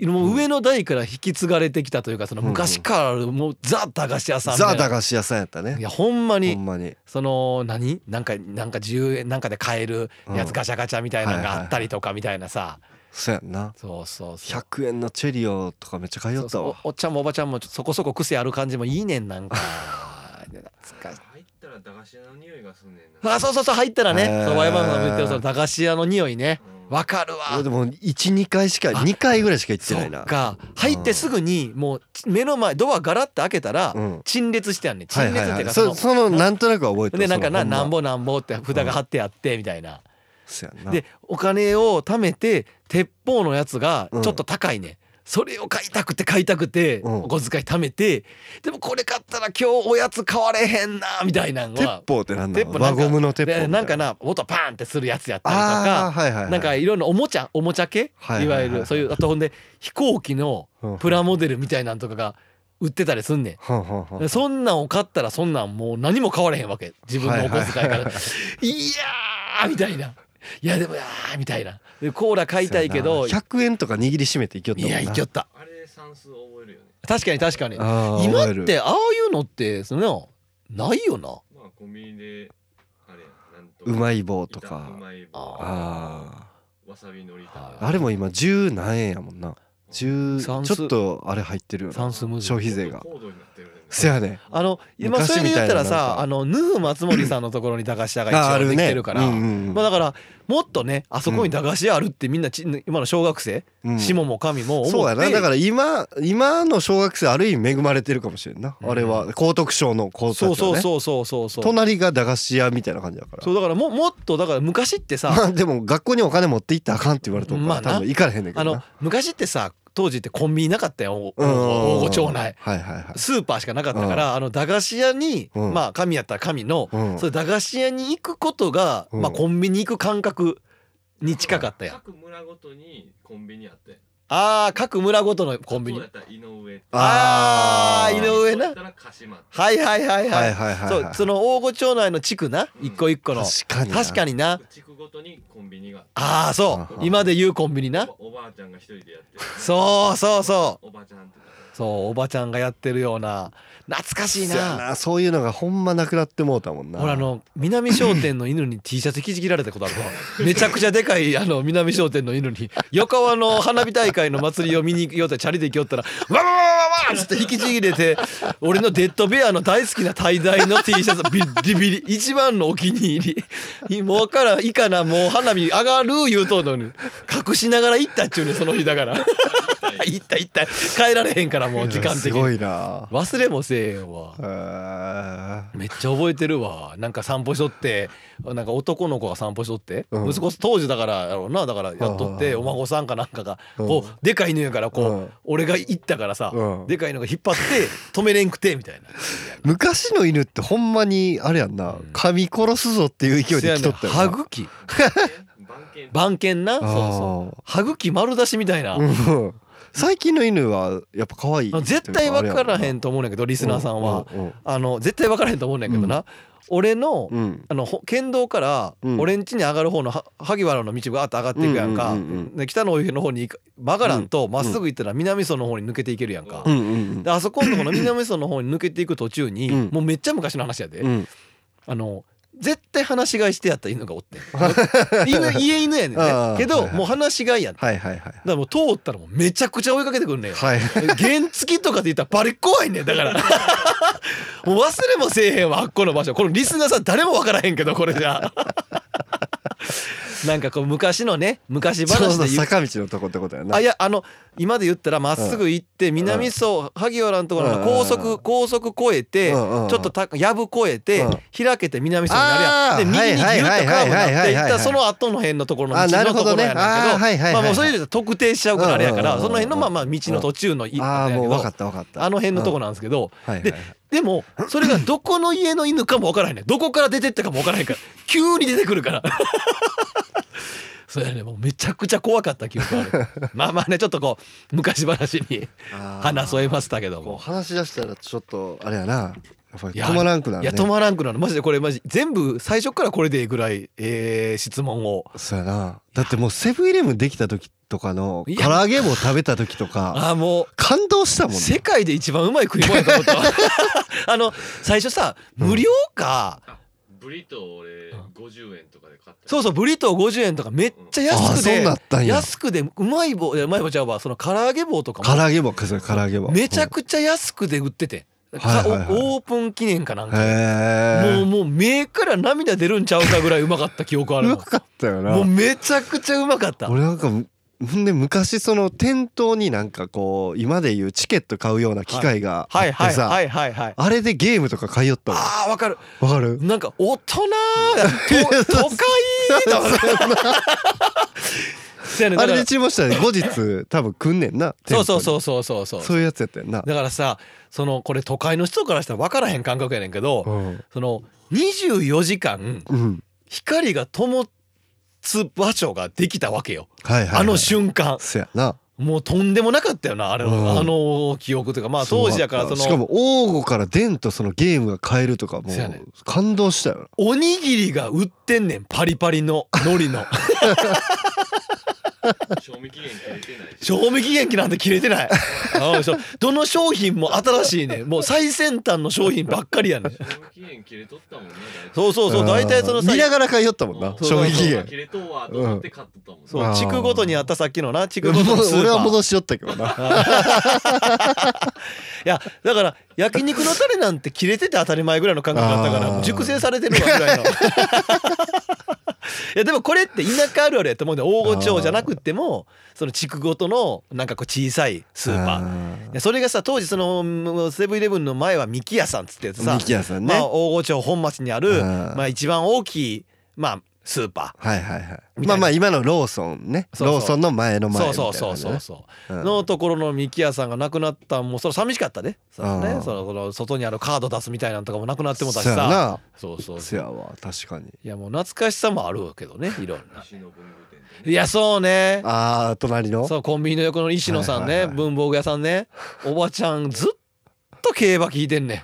Speaker 2: もう上の代から引き継がれてきたというかその
Speaker 1: うんうん
Speaker 2: 昔からあるもうザ駄菓子屋さんみた
Speaker 1: ザ
Speaker 2: いな
Speaker 1: 駄菓子屋さんやったね
Speaker 2: いやほんま
Speaker 1: ほ
Speaker 2: に
Speaker 1: んまに
Speaker 2: その何なんかなんか10円なんかで買えるやつガチャガチャみたいなのがあったりとかみたいなさ
Speaker 1: そやんな
Speaker 2: そうそうそう
Speaker 1: 100円のチェリオとかめっちゃ通
Speaker 2: そう
Speaker 1: っ
Speaker 2: そ
Speaker 1: た
Speaker 2: う
Speaker 1: わ
Speaker 2: おおっちゃんもおばちゃんもちょっとそこそこ癖ある感じもいいね
Speaker 1: <laughs>
Speaker 2: んなんか懐かしい
Speaker 4: 入ったら駄菓子屋の匂いがすんねんな。
Speaker 2: あそうそうそう入ったらね
Speaker 1: へー
Speaker 2: そば屋番が言ってるその駄菓子屋の匂いね
Speaker 4: うん
Speaker 2: わかるわ
Speaker 1: 俺でも12回しか
Speaker 2: あ
Speaker 1: 2回ぐらいしか行って
Speaker 2: そ
Speaker 1: ない
Speaker 2: っ
Speaker 1: な
Speaker 2: か入ってすぐにもう目の前ドアガラッて開けたら
Speaker 1: うん
Speaker 2: 陳列してあんねん
Speaker 1: は
Speaker 2: 陳
Speaker 1: い
Speaker 2: 列
Speaker 1: は
Speaker 2: っ
Speaker 1: いはい
Speaker 2: て
Speaker 1: いう
Speaker 2: か
Speaker 1: そ
Speaker 2: そ
Speaker 1: そのなんとなくは覚えて
Speaker 2: の
Speaker 1: る
Speaker 2: でなんか
Speaker 1: その
Speaker 2: な
Speaker 1: ほま
Speaker 2: なんぼなんぼって札が貼ってあってみたいな
Speaker 1: そやんな
Speaker 2: でお金を貯めて鉄砲のやつがち
Speaker 1: う
Speaker 2: ょ
Speaker 1: ん
Speaker 2: っと高いねんそれを買いたくて買いたくて
Speaker 1: うん
Speaker 2: お小遣い貯めてでもこれ買ったら今日おやつ買われへんなみたいなん
Speaker 1: 鉄
Speaker 2: は
Speaker 1: 砲ってなんだ
Speaker 2: 鉄
Speaker 1: ろう
Speaker 2: 砲な
Speaker 1: 輪
Speaker 2: んか
Speaker 1: ゴムの鉄砲みた
Speaker 2: で
Speaker 1: い
Speaker 2: なんかな音パーンってするやつやったりとか
Speaker 1: あーはいはいはい
Speaker 2: なんかいろんなおもちゃおもちゃ系、
Speaker 1: はい
Speaker 2: い
Speaker 1: いはいはい
Speaker 2: わゆるそういうあとほんで飛行機の
Speaker 1: うん
Speaker 2: プラモデルみたいなんとかが売ってたりすんね
Speaker 1: はんはんはん
Speaker 2: ん。そんなんを買ったらそんなんもう何も買われへんわけ自分のお小遣いから、いやーみたいないやでもやーみたいなでコーラ買いたいけど
Speaker 1: そうやな100円とか握りしめていきよったも
Speaker 2: い
Speaker 1: んな
Speaker 2: やいきよった
Speaker 4: あれ算数覚えるよね。
Speaker 2: 確かに確かに
Speaker 1: あー
Speaker 2: 今
Speaker 1: 覚える
Speaker 2: ってああいうのってそのないよな
Speaker 4: まあコンビニであれやなんとか
Speaker 1: うまい棒と
Speaker 4: う
Speaker 1: か
Speaker 4: まい棒
Speaker 1: あ
Speaker 4: わさびのりと
Speaker 1: あ
Speaker 4: か
Speaker 1: あれも今十何円やもんな十ち
Speaker 2: 算
Speaker 1: ょ
Speaker 2: 数
Speaker 1: っとあれ入ってるよな
Speaker 2: 算数むずい
Speaker 1: 消費税が
Speaker 4: 高度になってるよね。
Speaker 1: せやね
Speaker 2: あの今そ
Speaker 1: 昔
Speaker 2: れで言ったら
Speaker 1: みたいななん
Speaker 2: さ
Speaker 1: か
Speaker 2: あのヌフ松森さんのところに駄菓子屋が一応できてるから、
Speaker 1: うんうんうん
Speaker 2: まあ、だからもっとねあそこに駄菓子屋あるってみんなち今の小学生、
Speaker 1: うん
Speaker 2: 下も神も思って
Speaker 1: そうやなだからら今今の小学生ある意味恵まれてるかもしれんな、
Speaker 2: うん
Speaker 1: あれは高徳省の高
Speaker 2: そう
Speaker 1: 徳省
Speaker 2: そう
Speaker 1: ね
Speaker 2: そうそうそうそう
Speaker 1: 隣が駄菓子屋みたいな感じだから
Speaker 2: そうだからももっとだから昔ってさ
Speaker 1: まあでも学校にお金持って行ったらあかんって言われたから、
Speaker 2: まあな
Speaker 1: 多分行かれへんねんけ
Speaker 2: あ
Speaker 1: どな
Speaker 2: の昔ってさ当時ってコンビニなかったよ
Speaker 1: うん
Speaker 2: 大御町内
Speaker 1: はいはいはい
Speaker 2: スーパーしかなかったからあの駄菓子屋に
Speaker 1: うん
Speaker 2: まあ神やったら神の
Speaker 1: うん
Speaker 2: それ駄菓子屋に行くことが
Speaker 1: うん
Speaker 2: まあコンビニ行く感覚に近かったやん
Speaker 4: 各村ごとにコンビニあって。
Speaker 2: あー各村ごとのコンビニ
Speaker 4: そうやったら井上。
Speaker 2: あー井上な
Speaker 4: そうやったら鹿島。
Speaker 2: はいはいはいは
Speaker 1: はいいはいはい、
Speaker 2: そ
Speaker 1: は
Speaker 2: う
Speaker 1: い、
Speaker 2: その大御町内の地区な
Speaker 4: うん
Speaker 2: 一個一個の
Speaker 1: 確かにな
Speaker 2: 確かにな
Speaker 4: 地区ごとにコンビニがあって。
Speaker 2: ああそ
Speaker 1: うん
Speaker 2: う
Speaker 1: うん
Speaker 2: 今で言うコンビニな
Speaker 4: おおばあちゃんが一人でやってる。
Speaker 2: そうそうそう
Speaker 4: おばちゃんとか。
Speaker 2: そうおばちゃんがやってるような懐かしい
Speaker 1: そうや
Speaker 2: な
Speaker 1: なそういうのがほんまなくなってもうたもんな
Speaker 2: ほらあの南商店の犬に T シャツ生地切られたことあるわめちゃくちゃでかいあの南商店の犬に横浜の花火大会の祭りを見に行きよったチャリで行きよったら「わわわわわ!」っつって引きちぎれて俺のデッドベアの大好きな滞在の T シャツビッリビリ一番のお気に入りもうからいいかなもう花火上がる言うとんのに隠しながら行ったっちゅうねんその日だから行った行った帰られへんからもう時間的
Speaker 1: す
Speaker 2: に
Speaker 1: ごいな
Speaker 2: 忘れもせえよわ
Speaker 1: へー
Speaker 2: めっちゃ覚えてるわなんか散歩しとってなんか男の子が散歩しとって、
Speaker 1: うん
Speaker 2: 息子当時だからやろうなだからやっとって、お孫さんかなんかが、
Speaker 1: うん
Speaker 2: こうでかい犬やからこう、
Speaker 1: うん
Speaker 2: 俺が行ったからさ、
Speaker 1: うん
Speaker 2: でかいのが引っ張って止めれんくてみたいな
Speaker 1: 昔の犬ってほんまにあれやんな
Speaker 2: うん
Speaker 1: 噛み殺すぞっていう勢いで来とったよな
Speaker 2: 歯茎
Speaker 4: 番犬
Speaker 2: 番犬なそうそう
Speaker 1: あ
Speaker 2: 歯茎丸出しみたいな、
Speaker 1: ーうん最近の犬はやっぱ可愛い
Speaker 2: 絶対分からへ
Speaker 1: リ
Speaker 2: んと思うねんけどリスナーさんは、あの絶対分からへんと思うねんけどな、俺の、
Speaker 1: うん
Speaker 2: あのほ県道から
Speaker 1: うん
Speaker 2: 俺ん家に上がる方のは萩原の道がーっと上がっていくやんか、
Speaker 1: うんうんうんうん
Speaker 2: で北の大湯の方に行く曲がらんとまっすぐ行ったら南磯の方に抜けていけるやんか、
Speaker 1: うんうん
Speaker 2: であそこのとこの南磯の方に抜けていく途中に、
Speaker 1: うん
Speaker 2: もうめっちゃ昔の話やで、
Speaker 1: うん
Speaker 2: あの絶対話し飼いしてやった犬がおってん
Speaker 1: <laughs>
Speaker 2: 犬家犬やねん
Speaker 1: あ
Speaker 2: ね
Speaker 1: ー
Speaker 2: け
Speaker 1: はい
Speaker 2: ど
Speaker 1: はい
Speaker 2: もう話し飼いやんだか
Speaker 1: はいはいはい
Speaker 2: らもう通ったらもうめちゃくちゃ追いかけてくんねん
Speaker 1: はい
Speaker 2: 原付きとかって言ったらバリ怖いねんだからもう忘れもせえへんわあっこの場所このリスナーさん誰も分からへんけどこれじゃなんかこう昔のね昔
Speaker 1: ちょう
Speaker 2: 話
Speaker 1: ど
Speaker 2: で言う
Speaker 1: 坂道のとこってことやな
Speaker 2: あいやあの今で言ったらまっすぐ行って南
Speaker 1: うん
Speaker 2: 磯萩原のところ
Speaker 1: う
Speaker 2: の
Speaker 1: ん
Speaker 2: 高速高速越えてち
Speaker 1: うんうんう
Speaker 2: ょ
Speaker 1: ん
Speaker 2: っとたやぶ越えて
Speaker 1: うん
Speaker 2: 開けて南磯になるやんで
Speaker 1: あー
Speaker 2: 右にギュ
Speaker 1: はい
Speaker 2: ッ
Speaker 1: はい
Speaker 2: とカーブに
Speaker 1: はい
Speaker 2: なっ
Speaker 1: は
Speaker 2: て
Speaker 1: いはいは
Speaker 2: 行っ
Speaker 1: い
Speaker 2: たらその後の辺のところの道
Speaker 1: あな
Speaker 2: の
Speaker 1: る
Speaker 2: と
Speaker 1: ほ
Speaker 2: こ
Speaker 1: ど
Speaker 2: ろ
Speaker 1: ね
Speaker 2: やねん
Speaker 1: あーはい
Speaker 2: け
Speaker 1: はいはい
Speaker 2: どまあもうそれ以上特定しちゃうからあれやか
Speaker 1: うん
Speaker 2: ら
Speaker 1: うん
Speaker 2: そ
Speaker 1: うん
Speaker 2: の辺のまあまあ道の途中のい
Speaker 1: あー
Speaker 2: やけ
Speaker 1: もう
Speaker 2: ど
Speaker 1: 分かった分かった
Speaker 2: あの辺のとこなんですけど、
Speaker 1: はいはい
Speaker 2: ででもそれがどこの家の犬かもわからへんねんどこから出てったかもわからへんから急に出てくるから <laughs> そうやねもうめちゃくちゃ怖かった記憶
Speaker 1: <laughs>
Speaker 2: あるまあまあねちょっとこう昔話に
Speaker 1: あー
Speaker 2: 話添えましたけど
Speaker 1: こう
Speaker 2: も
Speaker 1: 話し出したらちょっとあれやなやっぱ
Speaker 2: い
Speaker 1: り
Speaker 2: や
Speaker 1: 止まらんくなる
Speaker 2: い
Speaker 1: ね
Speaker 2: や止まらんくなるマジでこれマジ全部最初からこれでいいぐらい、えー質問を
Speaker 1: そうやなだってもうセブンイレブンできた時とかの
Speaker 2: いや
Speaker 1: 唐揚げも食べた時とか
Speaker 2: ああもう
Speaker 1: 感動したもん
Speaker 2: 世
Speaker 1: ね
Speaker 2: 界で一番うまい食い物やと思ったわ <laughs> あの最初さ無料か、
Speaker 4: ブリトー俺
Speaker 2: うん
Speaker 4: 50円とかで買った
Speaker 2: そうそうブリトー50円とかめっちゃ安
Speaker 1: あ
Speaker 2: く
Speaker 1: そ
Speaker 2: て
Speaker 1: うなったんや
Speaker 2: 安くでうまい棒いやうまい棒ちゃうわその唐揚げ棒とか
Speaker 1: 唐
Speaker 2: も
Speaker 1: 揚げ棒かそれ唐揚げ棒
Speaker 2: めちゃくちゃ安くで売ってて、
Speaker 1: はいはいはい
Speaker 2: かおオープン記念かなん
Speaker 1: へ
Speaker 2: かもうもう目から涙出るんちゃうかぐらいうまかった記憶あ
Speaker 1: え
Speaker 2: る
Speaker 1: う
Speaker 2: も
Speaker 1: ま
Speaker 2: ん
Speaker 1: かったよ
Speaker 2: も
Speaker 1: な
Speaker 2: うめちゃくちゃうまかった
Speaker 1: 俺なんかほんで昔その店頭になんかこう今でいうチケット買うような機械があっ
Speaker 2: は
Speaker 1: て
Speaker 2: いはい
Speaker 1: さ
Speaker 2: はいはいはい
Speaker 1: あれでゲームとか買いよったわ
Speaker 2: あーわかる
Speaker 1: わかる
Speaker 2: なんか大
Speaker 1: <laughs>
Speaker 2: 人やと都会だわそうやねだ
Speaker 1: あ
Speaker 2: か
Speaker 1: れ
Speaker 2: ら
Speaker 1: で注文したら後日多分来んねんな
Speaker 2: そうそうそううそうそうそう
Speaker 1: そういうやつやったよな
Speaker 2: だからさそのこれ都会の人からしたら分からへん感覚やねんけど、
Speaker 1: うん
Speaker 2: その24時間
Speaker 1: うん
Speaker 2: 光が灯つ場所ができたわけよ、
Speaker 1: はいはいはい
Speaker 2: あの瞬間
Speaker 1: そうやな
Speaker 2: もうとんでもなかったよなあれの、
Speaker 1: うん
Speaker 2: あの記憶というかまあ当時やからそ
Speaker 1: しか
Speaker 2: の
Speaker 1: も王吾から伝とそのゲームが買えるとかも
Speaker 2: そうやね
Speaker 1: う感動したよ
Speaker 2: おにぎりが売ってんねんパリパリの
Speaker 1: <laughs>
Speaker 2: 海苔の
Speaker 4: 賞味期限切れてないし
Speaker 2: 賞味期限切なんて切れてないうんそうどの商品も新しいねんもう最先端の商品ばっかりやねん
Speaker 4: 賞味期限切れとったもんな大体
Speaker 2: そうそうそう大体そのさ
Speaker 1: 見ながら買いよったもん
Speaker 4: う
Speaker 1: なん賞味期
Speaker 4: そうそう
Speaker 1: 限
Speaker 4: 切れとうわと思って買っとったもんな
Speaker 2: そ
Speaker 1: あ
Speaker 2: う
Speaker 1: ー
Speaker 2: 地区ごとにあったさっきのな地区ごとのスーパー
Speaker 1: 俺は戻しよったけどな
Speaker 2: いやだから焼肉のタレなんて切れてて当たり前ぐらいの感覚だったか
Speaker 1: あ
Speaker 2: ら
Speaker 1: ー
Speaker 2: もう熟成されてるわ
Speaker 1: <laughs>
Speaker 2: ぐらいのいやでもこれって田舎あるあるやと思うんだよ大御町じゃなくってもその地区ごとのなんかこう小さいスーパーいやそれがさ当時そのうんセブンイレブンの前は三木屋さんっつってやつ
Speaker 1: さ
Speaker 2: さ、
Speaker 1: ミキヤさんね
Speaker 2: まあ、大御町本町にある
Speaker 1: うん
Speaker 2: まあ、一番大きい、まあ、スーパ
Speaker 1: はいはいはい
Speaker 2: み
Speaker 1: ま
Speaker 2: たいな
Speaker 1: あまあ今のローソンね
Speaker 2: そうそう
Speaker 1: ローソンの前の
Speaker 2: ー
Speaker 1: 前
Speaker 2: そ
Speaker 1: み
Speaker 2: う
Speaker 1: たい
Speaker 2: そ
Speaker 1: な
Speaker 2: うそうそう
Speaker 1: ね
Speaker 2: そう
Speaker 1: うん
Speaker 2: のところの三木屋さんがなくなったんもうそれ寂しかったねその
Speaker 1: あ
Speaker 2: ね
Speaker 1: ー
Speaker 2: そのその外にあるカード出すみたいなのとかもなくなってもたし
Speaker 1: そうや
Speaker 2: さ
Speaker 1: な
Speaker 2: そうそう
Speaker 1: せやわ確かに
Speaker 2: いやもう懐かしさもあるけどねいろんな
Speaker 4: 西の文具店でね
Speaker 2: いやそうね
Speaker 1: あー隣の
Speaker 2: そうコンビニの横の石野さん
Speaker 1: はい
Speaker 2: ね
Speaker 1: はいはい
Speaker 2: 文房具屋さんねおばちゃんずっと競馬聞いてんねん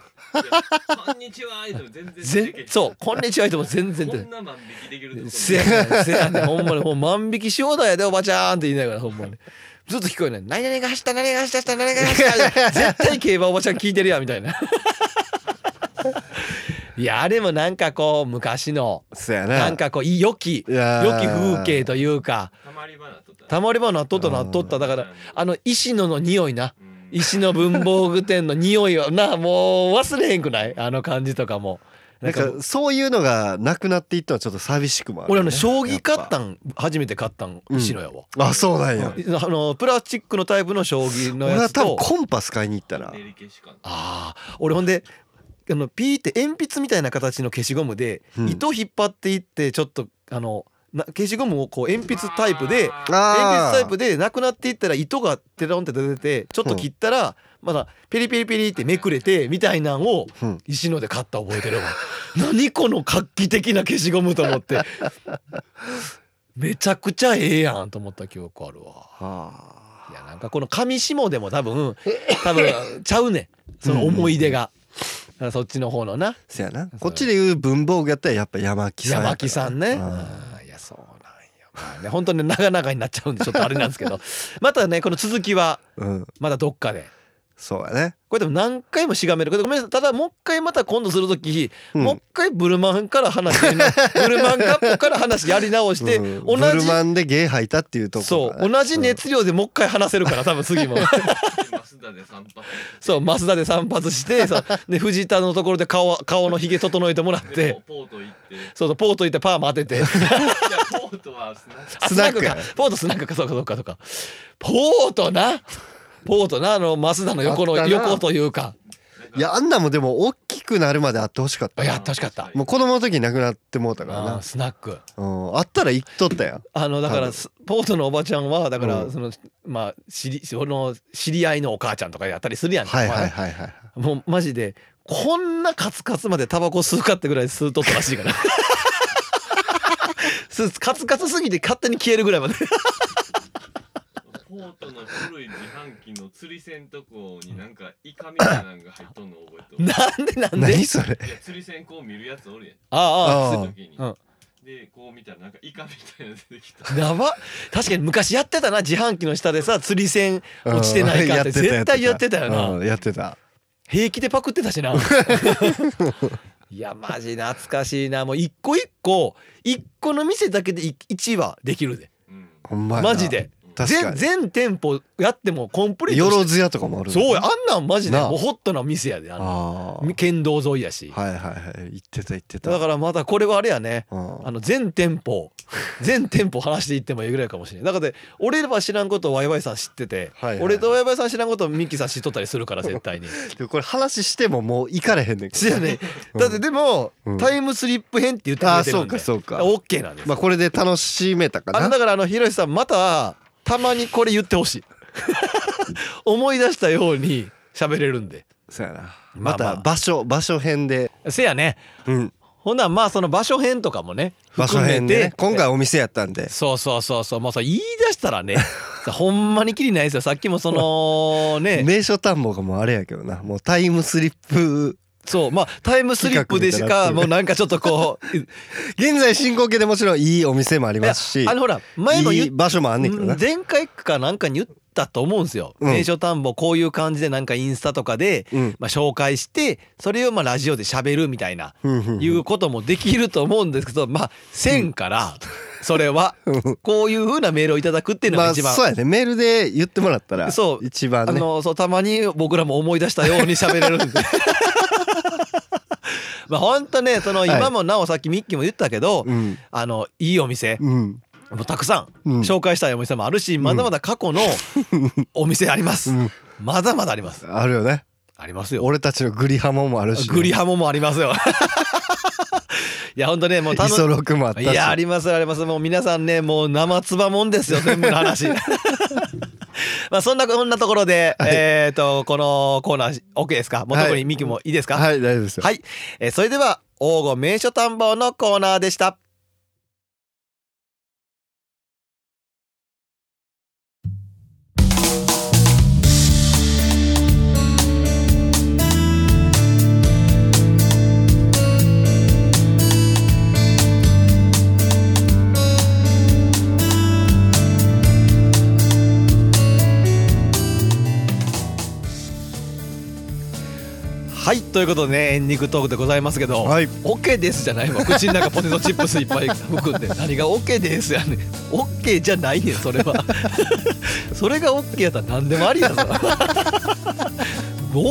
Speaker 4: こんにちはアイドル全然
Speaker 2: 全そうこんにちは言っても全然
Speaker 4: こ
Speaker 2: 出て
Speaker 4: んな万引きできるとこ
Speaker 2: せやねんせやねんほんまにもう万引きし放題やでおばちゃんって言いながらほんまにずっと聞こえない何々が走った何々が走った何々が走った絶対競馬おばちゃん聞いてるやんみたい
Speaker 1: <laughs>
Speaker 2: ないやあれもなんかこう昔の
Speaker 1: そやな
Speaker 2: なんかこう良き
Speaker 1: いやー
Speaker 2: 良き風景というか
Speaker 4: たまり場なっとった
Speaker 2: たまり場なっとったなっとっただからあの石野の匂いな石の文房具店の匂いはなもう忘れへんくないあの感じとかも
Speaker 1: な
Speaker 2: なんん
Speaker 1: か
Speaker 2: か
Speaker 1: そういうのがなくなっていったのはちょっと寂しくもある、
Speaker 2: 俺あの将棋勝った
Speaker 1: ん
Speaker 2: ん初めて勝ったん
Speaker 1: うん
Speaker 2: 石のやわ、
Speaker 1: あそうなんや
Speaker 2: あのプラスチックのタイプの将棋の
Speaker 1: 俺
Speaker 2: や
Speaker 1: は
Speaker 2: つ
Speaker 1: 多分
Speaker 2: と
Speaker 1: コンパス買いに行ったら
Speaker 4: デリケシ感
Speaker 2: ああ俺ほんであのピーって鉛筆みたいな形の消しゴムで
Speaker 1: うん
Speaker 2: 糸引っ張っていってちょっとあのな消しゴムをこう鉛筆タイプで鉛
Speaker 1: あ
Speaker 2: 筆タイプでなくなっていったら糸がテロンって出ててちょっと切ったらまだペリペリペリってめくれてみたいなんを
Speaker 1: うん
Speaker 2: 石野で買った覚えて
Speaker 1: <laughs>
Speaker 2: るわ何この画期的な消しゴムと思ってめちゃくちゃええやんと思った記憶あるわ
Speaker 1: あ
Speaker 2: いやなんかこの上下でも多分多分ちゃうねんその思い出が、だからそっちの方のな
Speaker 1: そやなこっちでいう文房具やったらやっぱ山木さんやから
Speaker 2: 山木さんね
Speaker 1: うん
Speaker 2: あーいやそうなんやまあね本当に長々になっちゃうんでちょっとあれなんですけど <laughs> またねこの続きは
Speaker 1: うん
Speaker 2: まだどっかで
Speaker 1: そうやね
Speaker 2: これでも何回もしがめるけどごめんなさいただもう一回また今度する時、
Speaker 1: うん
Speaker 2: もう一回ブルマンから話やり
Speaker 1: <laughs>
Speaker 2: なブルマンカップから話やり直して、
Speaker 1: うん
Speaker 2: 同
Speaker 1: ブル
Speaker 2: じ
Speaker 1: マンで芸吐いたっていうとこ
Speaker 2: そう同じ熱量でもう一回話せるから多分次も
Speaker 4: 増田で散髪
Speaker 2: そう増田で散
Speaker 1: <laughs>
Speaker 2: 髪してそうで藤田のところで顔顔のひげ整えてもらっ
Speaker 4: で
Speaker 2: て
Speaker 4: ポポート行っていや
Speaker 2: そうそうポート行ってパーマ当
Speaker 1: <laughs>
Speaker 2: てて
Speaker 4: ポートはスナック
Speaker 2: あ
Speaker 1: スナック
Speaker 2: かポートスナックかそうかそうかそうかポートなポートなあの増田の横の
Speaker 1: あったな
Speaker 2: 横というか
Speaker 1: いやあんなんもでも大きくなるまであってほしかった
Speaker 2: やってほしかった
Speaker 1: もう子供の時なくなってもうたから
Speaker 2: あ
Speaker 1: な
Speaker 2: ースナック。
Speaker 1: うんあったら行っとった
Speaker 2: <laughs>
Speaker 1: やん
Speaker 2: あのだか
Speaker 1: 多分
Speaker 2: らスポートのおばちゃんはだか
Speaker 1: う
Speaker 2: ら
Speaker 1: ん
Speaker 2: その、まあ知りその知り合いのお母ちゃんとかやったりするやん、
Speaker 1: はいはいはいはい
Speaker 2: お前もうマジでこんなカツカツまでタバコ吸うかってぐらい吸うとったらしいか
Speaker 1: <laughs>
Speaker 2: らすカツカツすぎて勝手に消えるぐらいまで <laughs>
Speaker 4: ポートの古い自販機の釣り線とこになんかイカみたいなのが入っとんの覚えとる
Speaker 2: なんでなんで
Speaker 1: 何それ
Speaker 4: いや釣り線こう見るやつおるやん
Speaker 2: あああ
Speaker 1: あ
Speaker 4: 釣
Speaker 1: ー
Speaker 4: る時に
Speaker 2: うん
Speaker 4: でこう見たらなんかイカみたいなの出てきた
Speaker 2: あやば確かに昔やってたな自販機の下でさ釣り線落ちてないかって
Speaker 1: うん
Speaker 2: 絶対やってたよな、
Speaker 1: うんやってた
Speaker 2: 平気でパクってたしな
Speaker 1: <laughs>
Speaker 2: いやマジ懐かしいなもう一個一個一個の店だけで1話できるで
Speaker 4: うん
Speaker 1: ほんまやな
Speaker 2: マジで
Speaker 1: 確か
Speaker 2: 全
Speaker 1: に
Speaker 2: 全店舗やってもコンプリー
Speaker 1: よ
Speaker 2: ト
Speaker 1: ろ
Speaker 2: し
Speaker 1: ずやとかもあ
Speaker 2: て
Speaker 1: る
Speaker 2: そうやあんなんマジで
Speaker 1: なあ
Speaker 2: もうホットな店やであの
Speaker 1: ああ
Speaker 2: 県道沿いやし
Speaker 1: はいはいはい行ってた行ってた
Speaker 2: だからまたこれはあれやね
Speaker 1: うん
Speaker 2: あの全店
Speaker 1: <laughs>
Speaker 2: 舗全店舗話していってもいいぐらいかもしれないだからで俺らは知らんことをワイワイさん知ってて、
Speaker 1: はいはい
Speaker 2: 俺とワイワイさん知らんことをミッキーさん知っとったり
Speaker 1: <laughs>
Speaker 2: するから絶対に
Speaker 1: でもこれ話してももう行かれへんねんけ
Speaker 2: そうや
Speaker 1: ど
Speaker 2: ね。
Speaker 1: うん
Speaker 2: <laughs> だってでも、
Speaker 1: うん
Speaker 2: タイムスリップ編って言ってく
Speaker 1: あ
Speaker 2: れ
Speaker 1: あ
Speaker 2: てる
Speaker 1: そ
Speaker 2: ん
Speaker 1: う
Speaker 2: で。
Speaker 1: かそうか
Speaker 2: オッケーなんです。
Speaker 1: まあこれで楽しめたか
Speaker 2: あの
Speaker 1: な
Speaker 2: だからあのひろしさんまたたまにこれ言っ
Speaker 1: <laughs>
Speaker 2: てほしい。思い出したように喋れるんで。
Speaker 1: そうやなま
Speaker 2: まあまあ
Speaker 1: た場所場所編で
Speaker 2: せやね。
Speaker 1: うん
Speaker 2: ほんならまあその場所編とかもね。
Speaker 1: 場所
Speaker 2: 含め
Speaker 1: 編でね
Speaker 2: て
Speaker 1: 今回お店やったんで
Speaker 2: そうそうそうそう。まあそう言い出したらね。 <laughs> さほんまにきりないですよ。さっきもそ
Speaker 1: <laughs>
Speaker 2: のね。
Speaker 1: 名所探訪がもうあれやけどなもうタイムスリップ
Speaker 2: そうまあタイムスリップでしかもうなんかちょっとこ
Speaker 1: <laughs>
Speaker 2: う。
Speaker 1: 現在進行形でもちろんいいお店もあり
Speaker 2: いや
Speaker 1: ますし
Speaker 2: あのほら前も言っ
Speaker 1: いい場所もあんねんけどな
Speaker 2: 前回かなんかに言ったと思うんですよ、
Speaker 1: うん
Speaker 2: 名所探訪こういう感じでなんかインスタとかで、
Speaker 1: うん
Speaker 2: まあ、紹介してそれをまあラジオで喋るみたいな、
Speaker 1: うんうんうん
Speaker 2: いうこともできると思うんですけどまあせんから、それは
Speaker 1: ん
Speaker 2: こういうふうなメールをいただくっていうの
Speaker 1: ま
Speaker 2: が
Speaker 1: あ
Speaker 2: 一番、
Speaker 1: そうやねメールで言ってもらったら
Speaker 2: そう
Speaker 1: 一番
Speaker 2: あ
Speaker 1: ね
Speaker 2: のそうたまに僕らも思い出したように喋れるん
Speaker 1: <laughs>
Speaker 2: で。まあ本当ねその今もなおさっきミッキーも言ったけど、
Speaker 1: うん
Speaker 2: あのいいお店
Speaker 1: うん
Speaker 2: もうたくさん
Speaker 1: うん
Speaker 2: 紹介したいお店もあるし、まだまだ過去のお店あります、
Speaker 1: うん
Speaker 2: まだまだあります
Speaker 1: あるよね
Speaker 2: ありますよ
Speaker 1: 俺たちのグリハモもあるし
Speaker 2: グリハモもありますよ <laughs> いやほんとねもう
Speaker 1: イ
Speaker 2: 楽し
Speaker 1: ソロクもあった
Speaker 2: い
Speaker 1: し
Speaker 2: やありますありますもう皆さんねもう生つばもん
Speaker 1: <laughs>
Speaker 2: ですよ全部の話 <laughs> まあそんなこんなところで、えっ、とこのコーナー OK ですかもう特
Speaker 1: は
Speaker 2: に
Speaker 1: い
Speaker 2: ミキもいいですか
Speaker 1: はい大丈夫ですよ
Speaker 2: はい、えーそれでは王吾名所探訪のコーナーでしたはいということでねエンディングトークでございますけど、
Speaker 1: はい
Speaker 2: オッケーですじゃないもん口の中ポテトチップスいっぱい含んで何がオッケーですやねんオッケーじゃないねんそれは <laughs> それがオッケーやったら何でもありやぞオ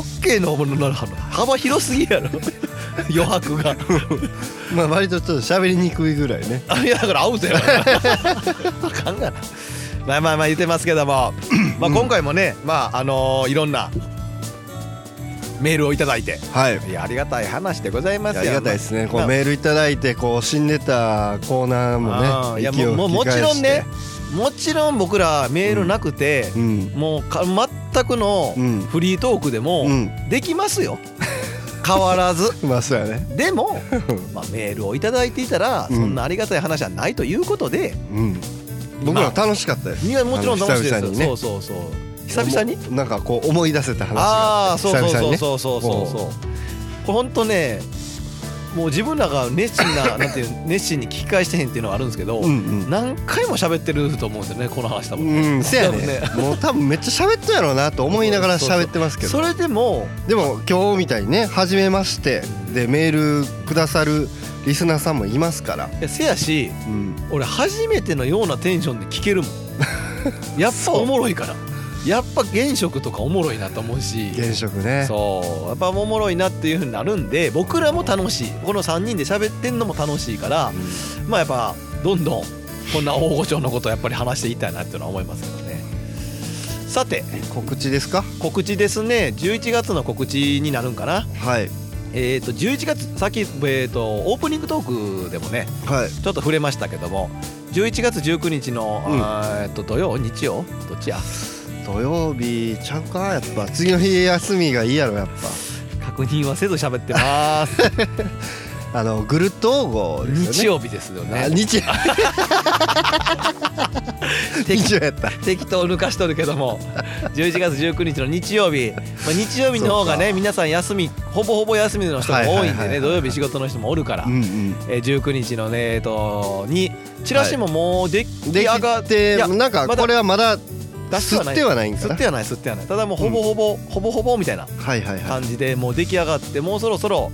Speaker 2: ッケーのものなら幅広すぎやろ余白が
Speaker 1: まあ割とちょっと喋りにくいぐらいね
Speaker 2: あいやだからアウトやろあかんがなまあまあまあ言ってますけどもまあ今回もねまああのーいろんなメールをいただいて
Speaker 1: はい
Speaker 2: いやありがたい話でございま
Speaker 1: い
Speaker 2: す
Speaker 1: や
Speaker 2: よ
Speaker 1: ありがたいですねこ
Speaker 2: まあ
Speaker 1: うメールいただいてこう死んでたコーナー
Speaker 2: あ
Speaker 1: も
Speaker 2: ー
Speaker 1: ね
Speaker 2: いや
Speaker 1: 息
Speaker 2: も
Speaker 1: を
Speaker 2: うもう
Speaker 1: 吹
Speaker 2: も
Speaker 1: き返
Speaker 2: ち
Speaker 1: して
Speaker 2: ろんねもちろん僕らメールなくて、
Speaker 1: うん
Speaker 2: もうか全くの
Speaker 1: うん
Speaker 2: フリートークでも
Speaker 1: うん
Speaker 2: できますよ、 <laughs> 変わらず
Speaker 1: まあそうやね
Speaker 2: でも、まあ、メールをいただいていたら
Speaker 1: うん
Speaker 2: そんなありがたい話はないということで、
Speaker 1: うん僕ら楽しかったです
Speaker 2: いやもちろん楽しいです
Speaker 1: あの
Speaker 2: よ、
Speaker 1: 久々にね
Speaker 2: そうそうそう久々に
Speaker 1: なんかこう思い出せた話が
Speaker 2: あ
Speaker 1: あ
Speaker 2: あ
Speaker 1: って
Speaker 2: そうそう
Speaker 1: 久々にね
Speaker 2: そうそうそうそうそうこれほんとねもう自分らが熱心ななんていう熱心に聞き返してへんっていうのはあるんですけど、
Speaker 1: うん
Speaker 2: 何回も喋ってると思うんですよねこの話多分、
Speaker 1: うん、うん、せやね
Speaker 2: 多
Speaker 1: もう多分めっちゃ喋ったやろうなと思いながら喋ってますけど
Speaker 2: それでも
Speaker 1: でも今日みたいにね「はじめまして」でメールくださるリスナーさんもいますから、
Speaker 2: いやせやし
Speaker 1: うん、
Speaker 2: 俺初めてのようなテンションで
Speaker 1: <laughs>
Speaker 2: 聞けるもんやっぱおもろいからやっぱ現職とかおもろいなと思うし
Speaker 1: 現職ね
Speaker 2: そうやっぱおもろいなっていうふうになるんで僕らも楽しいこの3人で喋ってんのも楽しいからまあやっぱどんどんこんな大御所のことをやっぱり話していきたいなっていうのは思いますけどねさて
Speaker 1: 告知ですか
Speaker 2: 告知ですね11月の告知になるんかな
Speaker 1: はい
Speaker 2: えっ、と11月さっき、えー、とオープニングトークでもね
Speaker 1: はい
Speaker 2: ちょっと触れましたけども11月19日の、
Speaker 1: うん
Speaker 2: あーえっと土曜日曜どっちや
Speaker 1: 土曜日ちゃうかやっぱ次の日休みがいいやろやっ
Speaker 2: 確認はせず喋ってま
Speaker 1: <laughs>
Speaker 2: す
Speaker 1: ぱあのぐるっと王号です
Speaker 2: 日
Speaker 1: よね
Speaker 2: 曜日ですよ
Speaker 1: あ
Speaker 2: ね
Speaker 1: 日曜
Speaker 2: 適
Speaker 1: <laughs> 日曜やった
Speaker 2: 適当抜かしとるけ
Speaker 1: <laughs>
Speaker 2: ども11月19日の日曜日、まあ、日曜日の方が
Speaker 1: そう
Speaker 2: ね
Speaker 1: か
Speaker 2: 皆さん休みほぼほぼ休みの人も多いん
Speaker 1: はいはいはい
Speaker 2: で
Speaker 1: は
Speaker 2: ね
Speaker 1: い
Speaker 2: 土曜日仕事の人もおるから
Speaker 1: う、ん
Speaker 2: えー19日のねえっとにチラシももうで
Speaker 1: うん
Speaker 2: き
Speaker 1: で
Speaker 2: 上が
Speaker 1: き
Speaker 2: って
Speaker 1: て
Speaker 2: いや
Speaker 1: なんか
Speaker 2: まだ
Speaker 1: これはまだ
Speaker 2: 出しては
Speaker 1: 吸
Speaker 2: な
Speaker 1: っ
Speaker 2: い
Speaker 1: てはないんか
Speaker 2: 吸
Speaker 1: な
Speaker 2: ってはない吸ってはないただもうほぼほぼ、ほぼほぼみたいな
Speaker 1: はいはいはい
Speaker 2: 感じでもう出来上がってもうそろそろ、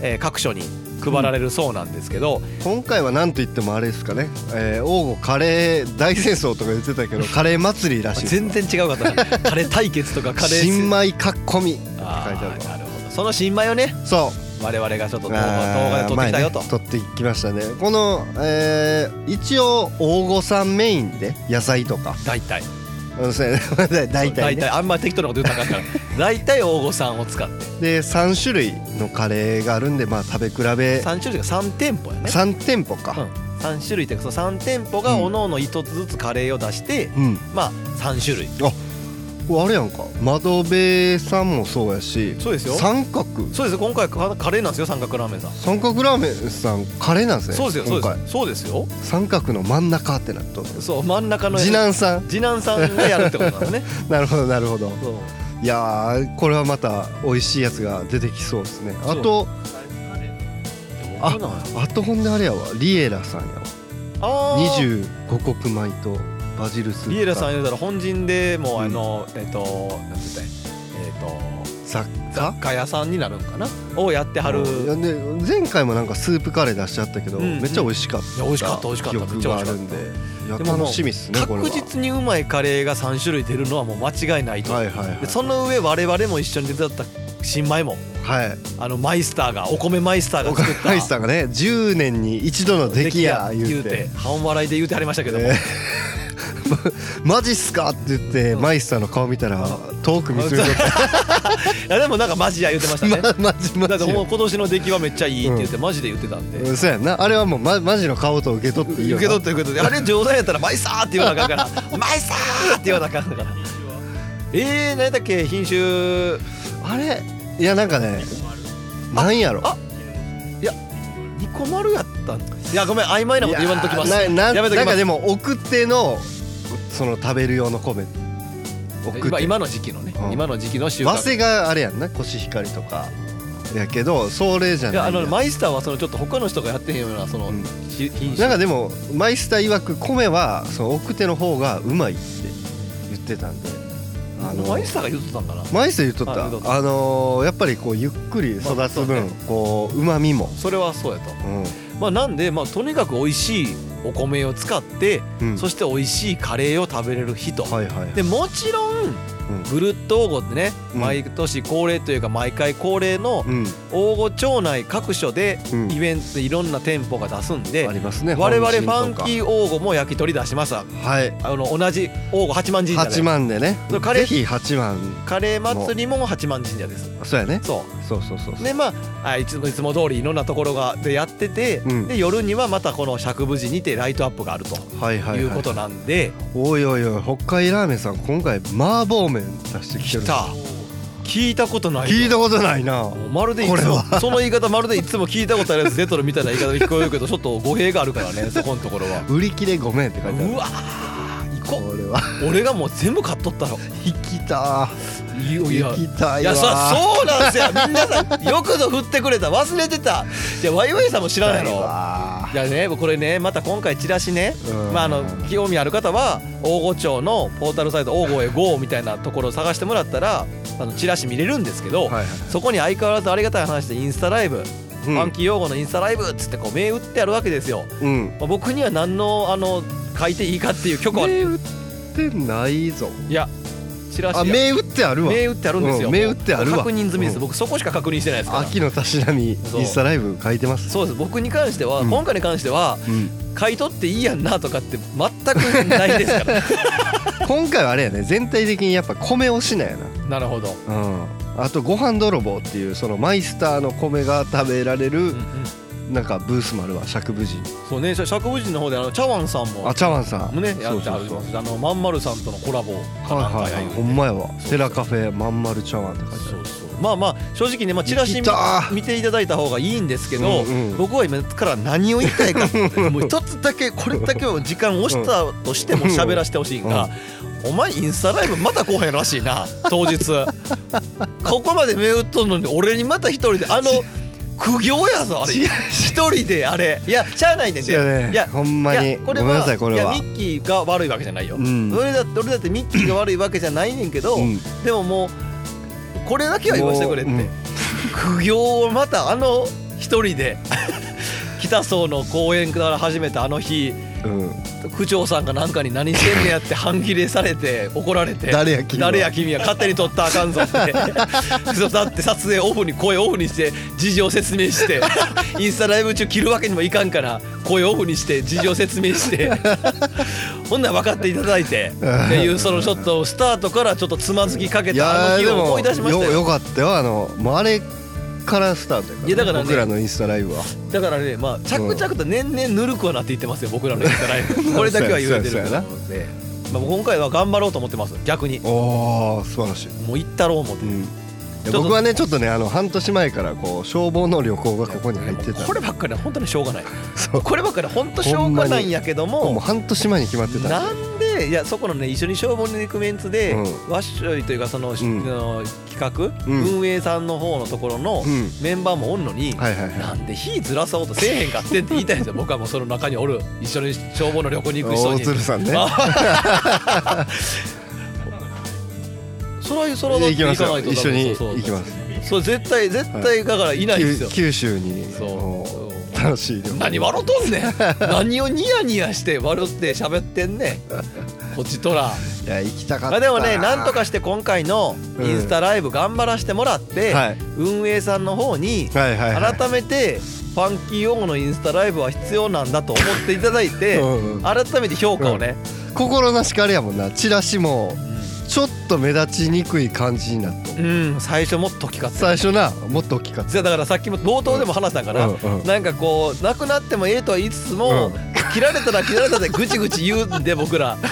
Speaker 2: えー各所に配られるそうなんですけど、
Speaker 1: 今回はなんといってもあれですかね、えー、王吾カレー大戦争とか言ってたけどカレー祭りらしい
Speaker 2: 全然違う
Speaker 1: <laughs>
Speaker 2: かったなカレー対決とかカレー
Speaker 1: 新米かっこみって書いて
Speaker 2: あ
Speaker 1: ある
Speaker 2: ー
Speaker 1: わ
Speaker 2: なるほどその新米をね
Speaker 1: そう
Speaker 2: 我々がちょっと動画
Speaker 1: あー
Speaker 2: で撮ってきたよと、
Speaker 1: 前ね撮ってきましたねこの、えー一応大御さんメインで野菜とか
Speaker 2: 大体
Speaker 1: うんそうやね <laughs> 大体、ね、
Speaker 2: あんまり適当なこと言うたらあかんか
Speaker 1: <laughs>
Speaker 2: ら大体大御さんを使って
Speaker 1: で3種類のカレーがあるんでまあ食べ比べ
Speaker 2: 3種類が3店舗やね
Speaker 1: 3店舗か、
Speaker 2: 3種類っていうかその3店舗が
Speaker 1: うん
Speaker 2: おのおの1つずつカレーを出して、
Speaker 1: うん
Speaker 2: まあ3種類
Speaker 1: あれやんか窓辺さんもそうやし
Speaker 2: そうですよ
Speaker 1: 三角
Speaker 2: そうですよ今回カカレーなんですよ三角ラーメンさん
Speaker 1: 三角ラーメンさんカレーなんですね
Speaker 2: そうですよそう
Speaker 1: 今
Speaker 2: で
Speaker 1: 回
Speaker 2: すそうですよ
Speaker 1: 三角の真ん中ってなっとる
Speaker 2: そう真ん中のやつ
Speaker 1: 次男さん <laughs>
Speaker 2: 次男さんがやるってことなんですね
Speaker 1: なるほどなるほど
Speaker 2: そう
Speaker 1: いやーこれはまた美味しいやつが出てきそうですねあと
Speaker 4: あれ
Speaker 2: あ
Speaker 1: ああとほんであれやわリエラさんや
Speaker 2: あ
Speaker 1: わ
Speaker 2: ー
Speaker 1: 25穀米とバジルスープ
Speaker 2: リエラさん言うたら本陣でもう
Speaker 1: うん
Speaker 2: あの、えっ、となんて言ったらいいえっ、と
Speaker 1: 雑貨
Speaker 2: ガヤさんになるんかなをやってはる、
Speaker 1: いやね前回もなんかスープカレー出しちゃったけど、
Speaker 2: うん
Speaker 1: めっちゃ美味しかっ
Speaker 2: い
Speaker 1: た
Speaker 2: や美味しかった美味しかった
Speaker 1: 記憶があるんで
Speaker 2: めっ
Speaker 1: いや
Speaker 2: でももう
Speaker 1: 楽しみっすねこれは
Speaker 2: 確実にうまいカレーが3種類出るのはもう間違いないと、
Speaker 1: はいはいはい
Speaker 2: でその上我々も一緒に出てた新米も
Speaker 1: はい
Speaker 2: あのマイスターがお米マイスターが
Speaker 1: 岡
Speaker 2: 作った
Speaker 1: 林さんがね10年に一度の出来や
Speaker 2: 出来
Speaker 1: 言
Speaker 2: 言
Speaker 1: う
Speaker 2: う
Speaker 1: て
Speaker 2: て半笑いで言うてはりましたけども、 <laughs>
Speaker 1: えーマジっすかって言って、マイスターの顔見たら遠く見つめとっ
Speaker 2: いやでもなんかマジや言うてました
Speaker 1: た、
Speaker 2: ね、
Speaker 1: <laughs> ま、マジマ
Speaker 2: だって
Speaker 1: ジ
Speaker 2: もう今年の出来はめっちゃいいって言ってマジで言ってたんで、
Speaker 1: うんそうやんなあれはもうママジの顔と受け取っていいよ
Speaker 2: 受
Speaker 1: な
Speaker 2: け取って受け取ってあれ冗談やったら「マイスター」って言わ
Speaker 1: <laughs>
Speaker 2: なあかんから「マイスター」って言わなあかんからえー、何だっけ品種
Speaker 1: あれいやなんかねなんやろ
Speaker 2: あニコマルやったんかいやごめん曖昧なこと言わんときます
Speaker 1: いやなな
Speaker 2: やめときます
Speaker 1: なんかでも奥手のその食べる用の米奥
Speaker 2: 今
Speaker 1: 手
Speaker 2: 今の時期のね、
Speaker 1: うん
Speaker 2: 今の時期の収
Speaker 1: 和
Speaker 2: 穫
Speaker 1: 製があれやんなコシヒカリとかやけどそれじゃ
Speaker 2: いや
Speaker 1: な
Speaker 2: あ
Speaker 1: いや
Speaker 2: の
Speaker 1: ん
Speaker 2: マイスターはそのちょっと他の人がやってへんようなその、
Speaker 1: うん
Speaker 2: ひ品
Speaker 1: な
Speaker 2: 種
Speaker 1: んかでもマイスター曰く米はその奥手の方がうまいって言ってたんであ
Speaker 2: あのマイスターが言ってたんかな
Speaker 1: マイスター言っとっ
Speaker 2: あ言うとった
Speaker 1: あのーやっぱりこうゆっくり育
Speaker 2: まあ
Speaker 1: つ
Speaker 2: そう
Speaker 1: 分
Speaker 2: ね
Speaker 1: こううまみも
Speaker 2: それはそうやと
Speaker 1: うん
Speaker 2: まあなんでまあとにかく美味しいお米を使って
Speaker 1: うん
Speaker 2: そして美味しいカレーを食べれる日と
Speaker 1: はいはい
Speaker 2: でもちろん
Speaker 1: ん
Speaker 2: ぐるっと黄金ってね
Speaker 1: うん
Speaker 2: 毎年恒例というか毎回恒例の
Speaker 1: うん
Speaker 2: 黄金町内各所で
Speaker 1: うん
Speaker 2: イベントいろんな店舗が出すんで
Speaker 1: ありますね
Speaker 2: 我々フ
Speaker 1: 本
Speaker 2: ァ
Speaker 1: 陣
Speaker 2: ン
Speaker 1: とか
Speaker 2: キー黄金も焼き鳥出しますあ
Speaker 1: はい
Speaker 2: の同じ黄金八幡神社
Speaker 1: 八
Speaker 2: で
Speaker 1: 万でね
Speaker 2: そうカレー
Speaker 1: ぜひ八万
Speaker 2: カレー祭りも八幡神社です
Speaker 1: そうやね
Speaker 2: そ
Speaker 1: そうそうそうそう
Speaker 2: うでまああいつもいつも通りいろんなところがでやってて、
Speaker 1: うん
Speaker 2: で夜にはまたこの釈部寺にてライトアップがあると
Speaker 1: はいはいいうは
Speaker 2: こ
Speaker 1: い
Speaker 2: となんで、
Speaker 1: おいおいおい北海ラーメンさん今回麻婆麺出してきてる
Speaker 2: 来た聞いたことない
Speaker 1: 聞いたことないな
Speaker 2: もうまるでいつ
Speaker 1: これ
Speaker 2: も
Speaker 1: は
Speaker 2: その言い方まるでいつも聞いたことあるやつレトロみたいな言い方で聞こえるけどちょっと語弊があ
Speaker 1: <laughs>
Speaker 2: るからねそこのところは
Speaker 1: 売り切れごめんって書いてある
Speaker 2: うわー行こ
Speaker 1: これは
Speaker 2: う俺がもう全部買っとったろ
Speaker 1: 行きた
Speaker 2: い
Speaker 1: 行
Speaker 2: やいや
Speaker 1: きた
Speaker 2: い
Speaker 1: いわ
Speaker 2: やそそうなんすよみんなさんよくぞ振ってくれた忘れてたじゃあワイワイさんも知らないのいやねこれねまた今回チラシね、
Speaker 1: うん
Speaker 2: まあ、あの興味ある方は大御町のポータルサイト「大御へ GO」みたいなところを探してもらったらあのチラシ見れるんですけど、
Speaker 1: はいはい
Speaker 2: そこに相変わらずありがたい話でインスタライブ、
Speaker 1: う
Speaker 2: フ
Speaker 1: ん
Speaker 2: ァンキー用語のインスタライブっつってこう銘打ってあるわけですよ、
Speaker 1: うん
Speaker 2: まあ、僕には何のあの書いていいかっていう許可は、
Speaker 1: 目打ってないぞ
Speaker 2: いやチラシ
Speaker 1: あ
Speaker 2: が
Speaker 1: 目打ってあるわ
Speaker 2: 銘打ってあるんですよ、
Speaker 1: うん銘打ってあるわ
Speaker 2: もう確認済みです、
Speaker 1: うん
Speaker 2: 僕そこしか確認してないですから
Speaker 1: 秋のたしなみイン
Speaker 2: そう
Speaker 1: スタライブ書いてます
Speaker 2: そうです僕に関しては、
Speaker 1: うん
Speaker 2: 今回に関しては
Speaker 1: うん
Speaker 2: 買い取っていいやんなとかって全くないです
Speaker 1: <laughs>
Speaker 2: から
Speaker 1: 今回はあれやね全体的にやっぱ米推しなんやな
Speaker 2: なるほど、
Speaker 1: うんあとご飯泥棒っていうそのマイスターの米が食べられる
Speaker 2: うんうん
Speaker 1: なんかブースもあるわ釈部寺
Speaker 2: そうね、社社国人の方であの茶碗さんも
Speaker 1: あ茶碗さん
Speaker 2: もねや
Speaker 1: そう
Speaker 2: って
Speaker 1: そ
Speaker 2: あ
Speaker 1: う
Speaker 2: り
Speaker 1: そう
Speaker 2: ますあのまんまるさんとのコラボかなんか
Speaker 1: はい
Speaker 2: や
Speaker 1: はい
Speaker 2: い
Speaker 1: はいうほんまやわ
Speaker 2: そう
Speaker 1: テラカフェまんまる茶碗って書いてある
Speaker 2: そうそうまあまあ正直ね、まあ、チラシ
Speaker 1: 行
Speaker 2: 見
Speaker 1: きたー
Speaker 2: 見ていただいた方がいいんですけど、
Speaker 1: うんうん
Speaker 2: 僕は今から何を言いた
Speaker 1: <laughs>
Speaker 2: いかもう一つだけこれだけを時間を押したとしても喋らせてほしいんが、お前インスタライブまた後半やるらしいな当日 <laughs> ここまで目打っとんのに俺にまた一人であの苦行やぞあれ
Speaker 1: 違う
Speaker 2: 一人であれいやしゃあないねんで
Speaker 1: 違うね
Speaker 2: いや
Speaker 1: ほんま
Speaker 2: い
Speaker 1: に
Speaker 2: や
Speaker 1: ごめんなさいこれはい
Speaker 2: やミッキーが悪いわけじゃないよ、
Speaker 1: うん
Speaker 2: 俺だって俺だってミッキーが悪いわけじゃないねんけど、
Speaker 1: うん
Speaker 2: でももうこれだけは言わせてくれって、
Speaker 1: もううん
Speaker 2: 苦行をまたあの一人で <laughs> 北総の公園から始めたあの日
Speaker 1: うん
Speaker 2: 区長さんがなんかに何してんねやって半切れされて怒られて
Speaker 1: 誰や君は
Speaker 2: 誰や君は勝手に撮ったらあかんぞって
Speaker 1: <laughs>
Speaker 2: そうだって撮影オフに声オフにして事情説
Speaker 1: <laughs>
Speaker 2: 明してインスタライブ中着るわけにもいかんから声オフにして事情説明して
Speaker 1: <laughs>
Speaker 2: ほんなら分かっていただいてっていうそのちょっとスタートからちょっとつまずきかけ
Speaker 1: い
Speaker 2: た
Speaker 1: やー
Speaker 2: あの日
Speaker 1: で
Speaker 2: を
Speaker 1: も
Speaker 2: 思い出しました
Speaker 1: よ
Speaker 2: よ
Speaker 1: よかったよあのもうあれからスタートやから,、
Speaker 2: いやだからね
Speaker 1: 僕らのインスタライブは
Speaker 2: だからねまあ着々と年々ぬるくはなっていってますよ僕らのインスタラ
Speaker 1: <laughs>
Speaker 2: イブこれだけは言えてる
Speaker 1: そうやそうやな
Speaker 2: まあ今回は頑張ろうと思ってます逆に
Speaker 1: おー素晴らしい、
Speaker 2: もう行ったろう思って
Speaker 1: う。ん、い
Speaker 2: ょ
Speaker 1: や
Speaker 2: っと
Speaker 1: 僕はねちょっとねあの半年前からこう消防の旅行がここに入ってた
Speaker 2: こればっかりは本当にしょうがない
Speaker 1: そう
Speaker 2: こればっかりは本当しょうがないんやけど
Speaker 1: もう
Speaker 2: も
Speaker 1: 半年前に決まってた
Speaker 2: なんでいやそこのね一緒に消防に行くメンツで、
Speaker 1: うん
Speaker 2: ワッショイというかその,、
Speaker 1: ん
Speaker 2: の企画、
Speaker 1: うん
Speaker 2: 運営さんの方のところの
Speaker 1: うん
Speaker 2: メンバーもおんのに、
Speaker 1: はいはいは
Speaker 2: なんで火ずらそうとせえへんかってんって言いたいんですよ僕はもうその中におる一緒に消防の旅行に
Speaker 1: い
Speaker 2: 行く人
Speaker 1: 大
Speaker 2: に
Speaker 1: 鶴さんね
Speaker 2: それはそれはだって
Speaker 1: 行きま
Speaker 2: 行
Speaker 1: す
Speaker 2: か
Speaker 1: よ
Speaker 2: ないと
Speaker 1: 一緒に
Speaker 2: そうそう
Speaker 1: 行きます
Speaker 2: そう絶対絶対だからいないんですよ、
Speaker 1: 九九州に
Speaker 2: そ
Speaker 1: も
Speaker 2: う
Speaker 1: う楽しい旅行
Speaker 2: 何笑うとんねん何をニヤニヤして笑って喋ってんねんこっちとら
Speaker 1: いや行きたかった
Speaker 2: まあでもねなんとかして今回のインスタライブ頑張らせてもらって、
Speaker 1: はい
Speaker 2: 運営さんの方に
Speaker 1: はいはいはい
Speaker 2: 改めてファンキー用語のインスタライブは必要なんだと思っていただいて
Speaker 1: うんうん
Speaker 2: 改めて評価をね、
Speaker 1: 心なしかあれやもんなチラシもちょっと目立ちにくい感じになった
Speaker 2: うん、最初もっと聞かせ
Speaker 1: 最初なもっと大きかっ
Speaker 2: じゃあだからさっきも冒頭でも話したから、
Speaker 1: うんうんうん
Speaker 2: なんかこうなくなってもええとは言いつつも、
Speaker 1: うん
Speaker 2: 切られたら切られたでぐちぐち言うんで僕らで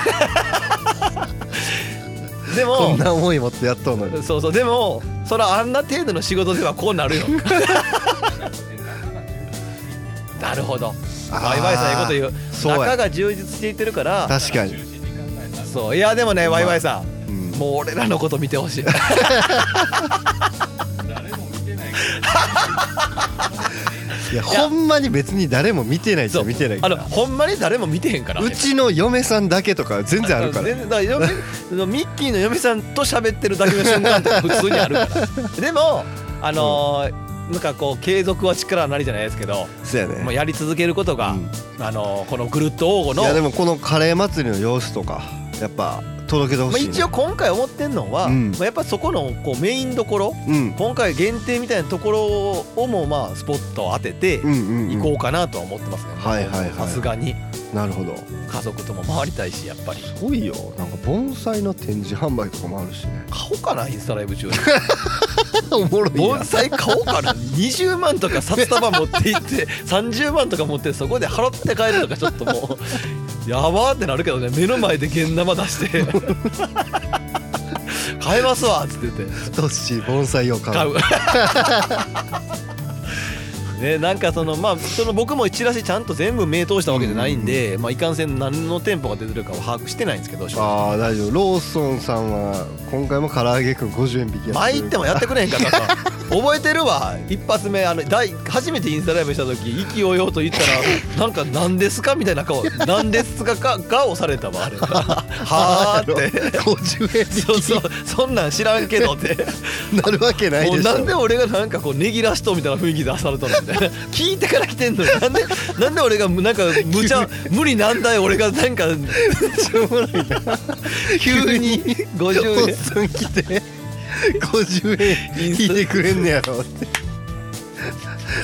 Speaker 1: たこ
Speaker 2: も
Speaker 1: んな思い持ってやっとんのに
Speaker 2: そうそうでもそらあんな程度の仕事ではこうな
Speaker 1: <laughs>
Speaker 2: るよなるほどワイワイさんええこと言う
Speaker 1: そうや
Speaker 2: 中が充実していってるから
Speaker 1: 確かに、
Speaker 2: そういやでもねワイワイさん
Speaker 1: うん
Speaker 2: もう俺らのこと見てほしい
Speaker 4: 誰も見てないから
Speaker 1: いやほんまに別に誰も見てないっち
Speaker 2: そ
Speaker 1: ゃ
Speaker 2: う
Speaker 1: 見てない
Speaker 2: あ
Speaker 1: か
Speaker 2: の
Speaker 1: ら
Speaker 2: ほんまに誰も見てへんから
Speaker 1: うちの嫁さんだけとか全然あるから
Speaker 2: 全然だから嫁そのミッキーの嫁さんと喋ってるだけの瞬間とか普通にあるから
Speaker 1: <laughs>
Speaker 2: でもあのーなんかこう継続は力なりじゃないですけど、
Speaker 1: そうやね
Speaker 2: もうやり続けることが、
Speaker 1: うん
Speaker 2: あのーこのぐるっと王
Speaker 1: いやで
Speaker 2: 吾の、
Speaker 1: もこのカレー祭りの様子とかやっぱ届けてほ
Speaker 2: まあ、
Speaker 1: しい、ね
Speaker 2: 一応今回思ってんのは、
Speaker 1: うん
Speaker 2: まあ、やっぱそこのこうメインどころ
Speaker 1: うん
Speaker 2: 今回限定みたいなところをもまあスポットを当てて
Speaker 1: うんうんうん
Speaker 2: 行こうかなとは思ってますね、
Speaker 1: はいはいはい
Speaker 2: さすがに
Speaker 1: なるほど
Speaker 2: 家族とも回りたいしやっぱり
Speaker 1: すごいよなんか盆栽の展示販売とかもあるし
Speaker 2: <laughs>
Speaker 1: ね
Speaker 2: 買おうかなインスタライブ中に
Speaker 1: おもろ
Speaker 2: <laughs> 盆栽買おうかな20万とか札束持って行って30万とか持ってそこで払って帰るとかちょっともう <laughs> やばーってなるけどね目の前で現生出して <laughs> 買えますわっつって言って
Speaker 1: トッシー盆栽を買う
Speaker 2: 買う <laughs> ね、なんかそのまあその僕もチラシちゃんと全部目通したわけじゃないんで、まあ、いかんせん何の店舗が出てるかは把握してないんですけど正直
Speaker 1: ああ大丈夫ローソンさんは今回も唐揚げくん50円引きや
Speaker 2: 前行って
Speaker 1: も
Speaker 2: もやってくれへんかったさ
Speaker 1: <laughs>
Speaker 2: 覚えてるわ一発目あの第初めてインスタライブした時意気揚々と言ったらなんか「何ですか?」みたい
Speaker 1: <laughs>
Speaker 2: な顔「何ですか?」か顔されたわあれ <laughs> はあって
Speaker 1: 50円引
Speaker 2: そうそうそんなん知らんけどって
Speaker 1: き <laughs> になるわけない
Speaker 2: もう
Speaker 1: でしょ
Speaker 2: なんで俺がなんかこうねぎらしとみたいな雰囲気出された
Speaker 1: <laughs>
Speaker 2: のって聞いてから来てんのになんでなんで俺がなんか無
Speaker 1: <laughs>
Speaker 2: 茶無理難題俺がなんか <laughs> 急
Speaker 1: <laughs>
Speaker 2: に50
Speaker 1: ロー
Speaker 2: 円
Speaker 1: ソン来て50円引いてくれんねやろって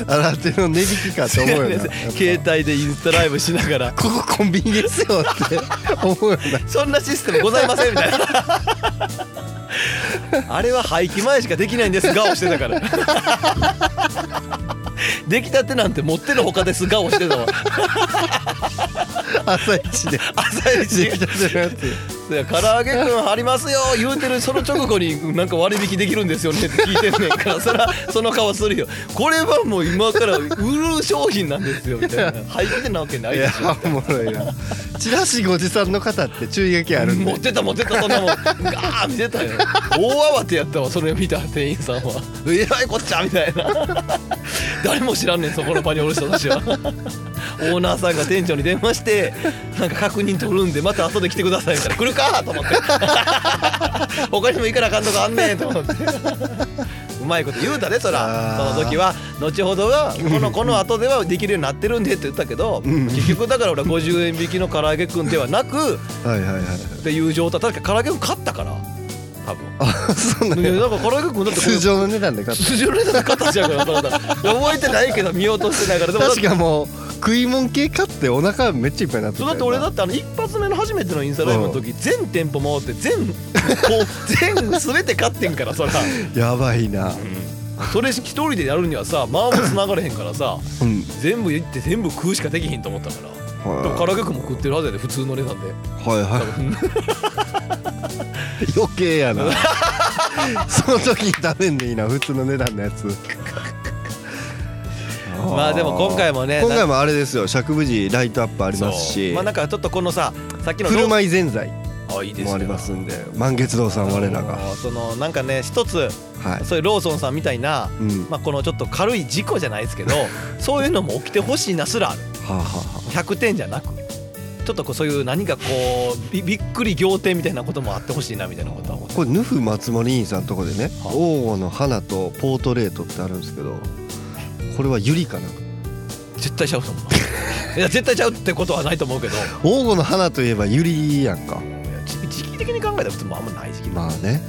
Speaker 1: 新手の値引きかと思うよなやっぱ
Speaker 2: <laughs> 携帯でインスタライブしながら
Speaker 1: ここコンビニですよって思うよな
Speaker 2: そんなシステムございませんみ
Speaker 1: <laughs>
Speaker 2: たいな。あれは廃棄前しかできないんですがをしてたから。出来たてなんて持ってるほかですがをしてたわ。
Speaker 1: 朝一で
Speaker 2: 朝一
Speaker 1: 出来たてのやつ
Speaker 2: で唐揚げくんありますよ言うてるその直後になんか割引できるんですよねって聞いてんねんからそらその顔するよこれはもう今から売る商品なんですよみたいな廃棄なわけない
Speaker 1: い
Speaker 2: で
Speaker 1: や
Speaker 2: しょ
Speaker 1: おもろいなチラシご持参の方って注意書きあるんで
Speaker 2: 持ってた持ってたそんなもんガー見てたよ大慌てやったわそれ見た店員さんは「えらいこっちゃ」みたいな誰も知らんねんそこの場におる人たちはオーナーさんが店長に電話してなんか確認取るんでまた後で来てくださいみたいな来るかと思って他にも行かなあかんとこあんねんと思ってうまいこと言うたでそら
Speaker 1: あー
Speaker 2: その時は後ほどはこのこの後ではできるようになってるんでって言ったけど
Speaker 1: ん
Speaker 2: 結局だから俺は50円引きの唐揚げくんではなく
Speaker 1: はいはいはい
Speaker 2: っていう状態確か唐揚げ君勝ったから多分
Speaker 1: あそうなん
Speaker 2: いや
Speaker 1: や
Speaker 2: なんか唐揚げ君だ
Speaker 1: <laughs>
Speaker 2: ってこれ
Speaker 1: 通常の値段で買った
Speaker 2: 通常のやつで勝ったじゃんからそうだ
Speaker 1: <laughs>
Speaker 2: 覚えてないけど見落としてないからでもだって
Speaker 1: 確かもう食い物系買ってお腹めっちゃいっぱいになって
Speaker 2: そ
Speaker 1: たよな
Speaker 2: うだって俺だってあの一発目の初めてのインスタライブの時全店舗回って全 <laughs> こう全全て勝ってんからそら
Speaker 1: やばいな
Speaker 2: それ一人でやるにはさ間も繋がれへんからさ
Speaker 1: うん
Speaker 2: 全部言って全部食うしかできひんと思ったからでも唐
Speaker 1: は
Speaker 2: 揚げ君も食ってるはずやで普通の値段
Speaker 1: い
Speaker 2: で
Speaker 1: はいはい
Speaker 2: <laughs>
Speaker 1: 余計やなその時に食べんでいいな普通の値段のやつ
Speaker 2: まあでも今回もね
Speaker 1: 今回もあれですよ釈無寺ライトアップあります
Speaker 2: そう
Speaker 1: し
Speaker 2: まあなんかちょっとこのささっきの
Speaker 1: 振る舞いぜんざい
Speaker 2: あいいですね
Speaker 1: もありますんで満月堂さん我らが
Speaker 2: あのーそのなんかね一つ
Speaker 1: はい
Speaker 2: そういうローソンさんみたいな、
Speaker 1: うんは
Speaker 2: まあ、このちょっと軽い事故じゃないですけ <laughs> どそういうのも起きてほしいなすらある
Speaker 1: あはあは
Speaker 2: 100点じゃなくちょっとこうそういう何かこうびびっくり仰天みたいなこともあってほしいなみたいなことは思っ
Speaker 1: あ
Speaker 2: て
Speaker 1: これヌフ松森院さんのとこでね
Speaker 2: はあ
Speaker 1: 王吾の花とポートレートってあるんですけどこれはユリかな
Speaker 2: 絶対ちゃうと思 <laughs> ういや絶対ちゃうってことはないと思うけどいや
Speaker 1: 王吾の花といえばユリやんか
Speaker 2: じ時期的に考えたら普通もうあんまない時期
Speaker 1: まあね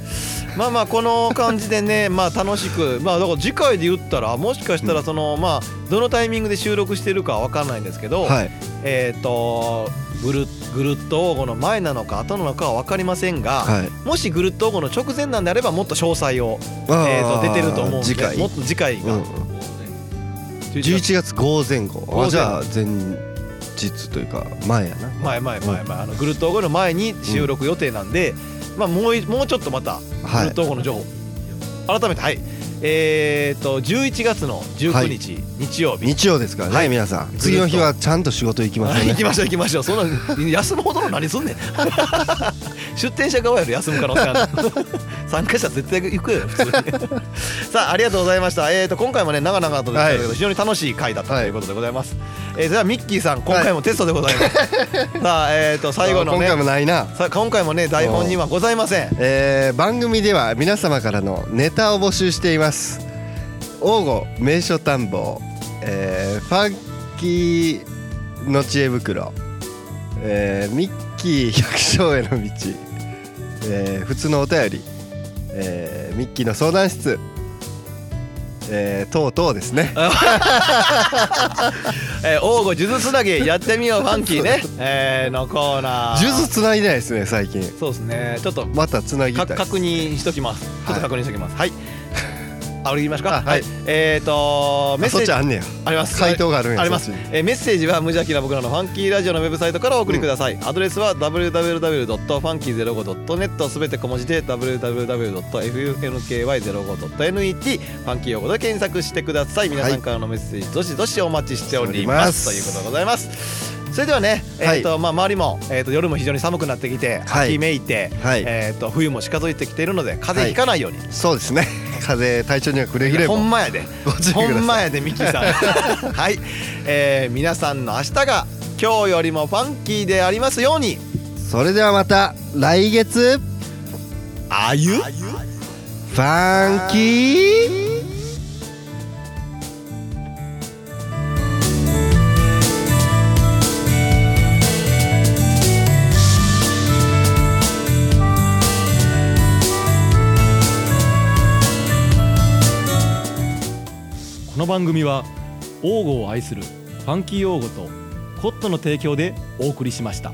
Speaker 2: まあまあこの感じでね <laughs> まあ楽しくまあだから次回で言ったらもしかしたらそのまあどのタイミングで収録してるかは分かんないんですけど、
Speaker 1: はい
Speaker 2: えー、とぐるぐるっと応募の前なのか後なのかは分かりませんが、
Speaker 1: はい
Speaker 2: もしぐるっと応募の直前なんであればもっと詳細を、
Speaker 1: あ
Speaker 2: えー、と出てると思うんで
Speaker 1: 次回
Speaker 2: もっと次回
Speaker 1: う
Speaker 2: が、
Speaker 1: ん
Speaker 2: 11
Speaker 1: 11月5前後
Speaker 2: 午前後
Speaker 1: あじゃあ前日というか前やな
Speaker 2: 前前前前あのぐるっと応募の前に収録予定なんで、まあ、もういもうちょっとまたぐ
Speaker 1: は
Speaker 2: るっ
Speaker 1: い
Speaker 2: と応募の情報、改めてはいえー、と11月の19日、日曜日。
Speaker 1: 日曜ですからね、
Speaker 2: はい
Speaker 1: 皆さん次の日
Speaker 2: <laughs>
Speaker 1: はちゃんと仕事行きますよ
Speaker 2: はい
Speaker 1: ね <laughs>
Speaker 2: 行きましょう行きましょうそんな休むほどの何すんねん出店者側やろ休む可能性ある参加者絶対行くよ普通にさあありがとうございましたえー、と今回もね長々とですけど、
Speaker 1: はい
Speaker 2: 非常に楽しい回だったということでございます、えーそれではミッキーさん今回もテストでございます、さあえー、と最後の
Speaker 1: 今
Speaker 2: ね
Speaker 1: 回もないな
Speaker 2: さあ今回もね台本にはございません
Speaker 1: えー番組では皆様からのネタを募集しています王吾名所探訪、えーファンキーの知恵袋、えーミッキー百姓への道、えー普通のお便り、えーミッキーの相談室、えー、等々ですね
Speaker 2: えー、王吾数珠つなぎやってみようファンキ
Speaker 1: <laughs>
Speaker 2: ーね、えー、のコーナー
Speaker 1: 数珠つないでないですね最近
Speaker 2: そうですねちょっと
Speaker 1: またつなぎた
Speaker 2: か
Speaker 1: いです
Speaker 2: 確認しときますちょっと確認しときますはい、あ俺言いましょうか
Speaker 1: あはい
Speaker 2: えっ、ー、とメ
Speaker 1: あ
Speaker 2: ッ
Speaker 1: そ
Speaker 2: セ
Speaker 1: っ
Speaker 2: ージ
Speaker 1: ちあんねや
Speaker 2: あります
Speaker 1: 回答があるんや
Speaker 2: あります
Speaker 1: そっちに
Speaker 2: えーメッセージは無邪気な僕らのファンキーラジオのウェブサイトからお送りください、アドレスは www.funky05.net すべて小文字で www.funky05.net ファンキー用語で検索してください皆さんからのメッセージどしどしお待ちしております,、
Speaker 1: おります
Speaker 2: ということでございますそれではね、えーとまあ、周りも、えー、と夜も非常に寒くなってきて
Speaker 1: はい
Speaker 2: 秋めいて、
Speaker 1: はい
Speaker 2: えー、と冬も近づいてきているので風邪ひかないように、
Speaker 1: そうですね風邪体調にはくれぐれ
Speaker 2: ほん
Speaker 1: も
Speaker 2: まやで
Speaker 1: ご注意くだ
Speaker 2: ほ
Speaker 1: さい
Speaker 2: んまやでミキさん <laughs> はい、えー、皆さんの明日が今日よりもファンキーでありますように
Speaker 1: それではまた来月
Speaker 2: あゆ
Speaker 1: ファンキー
Speaker 5: この番組は王語を愛するファンキー王語とコットの提供でお送りしました。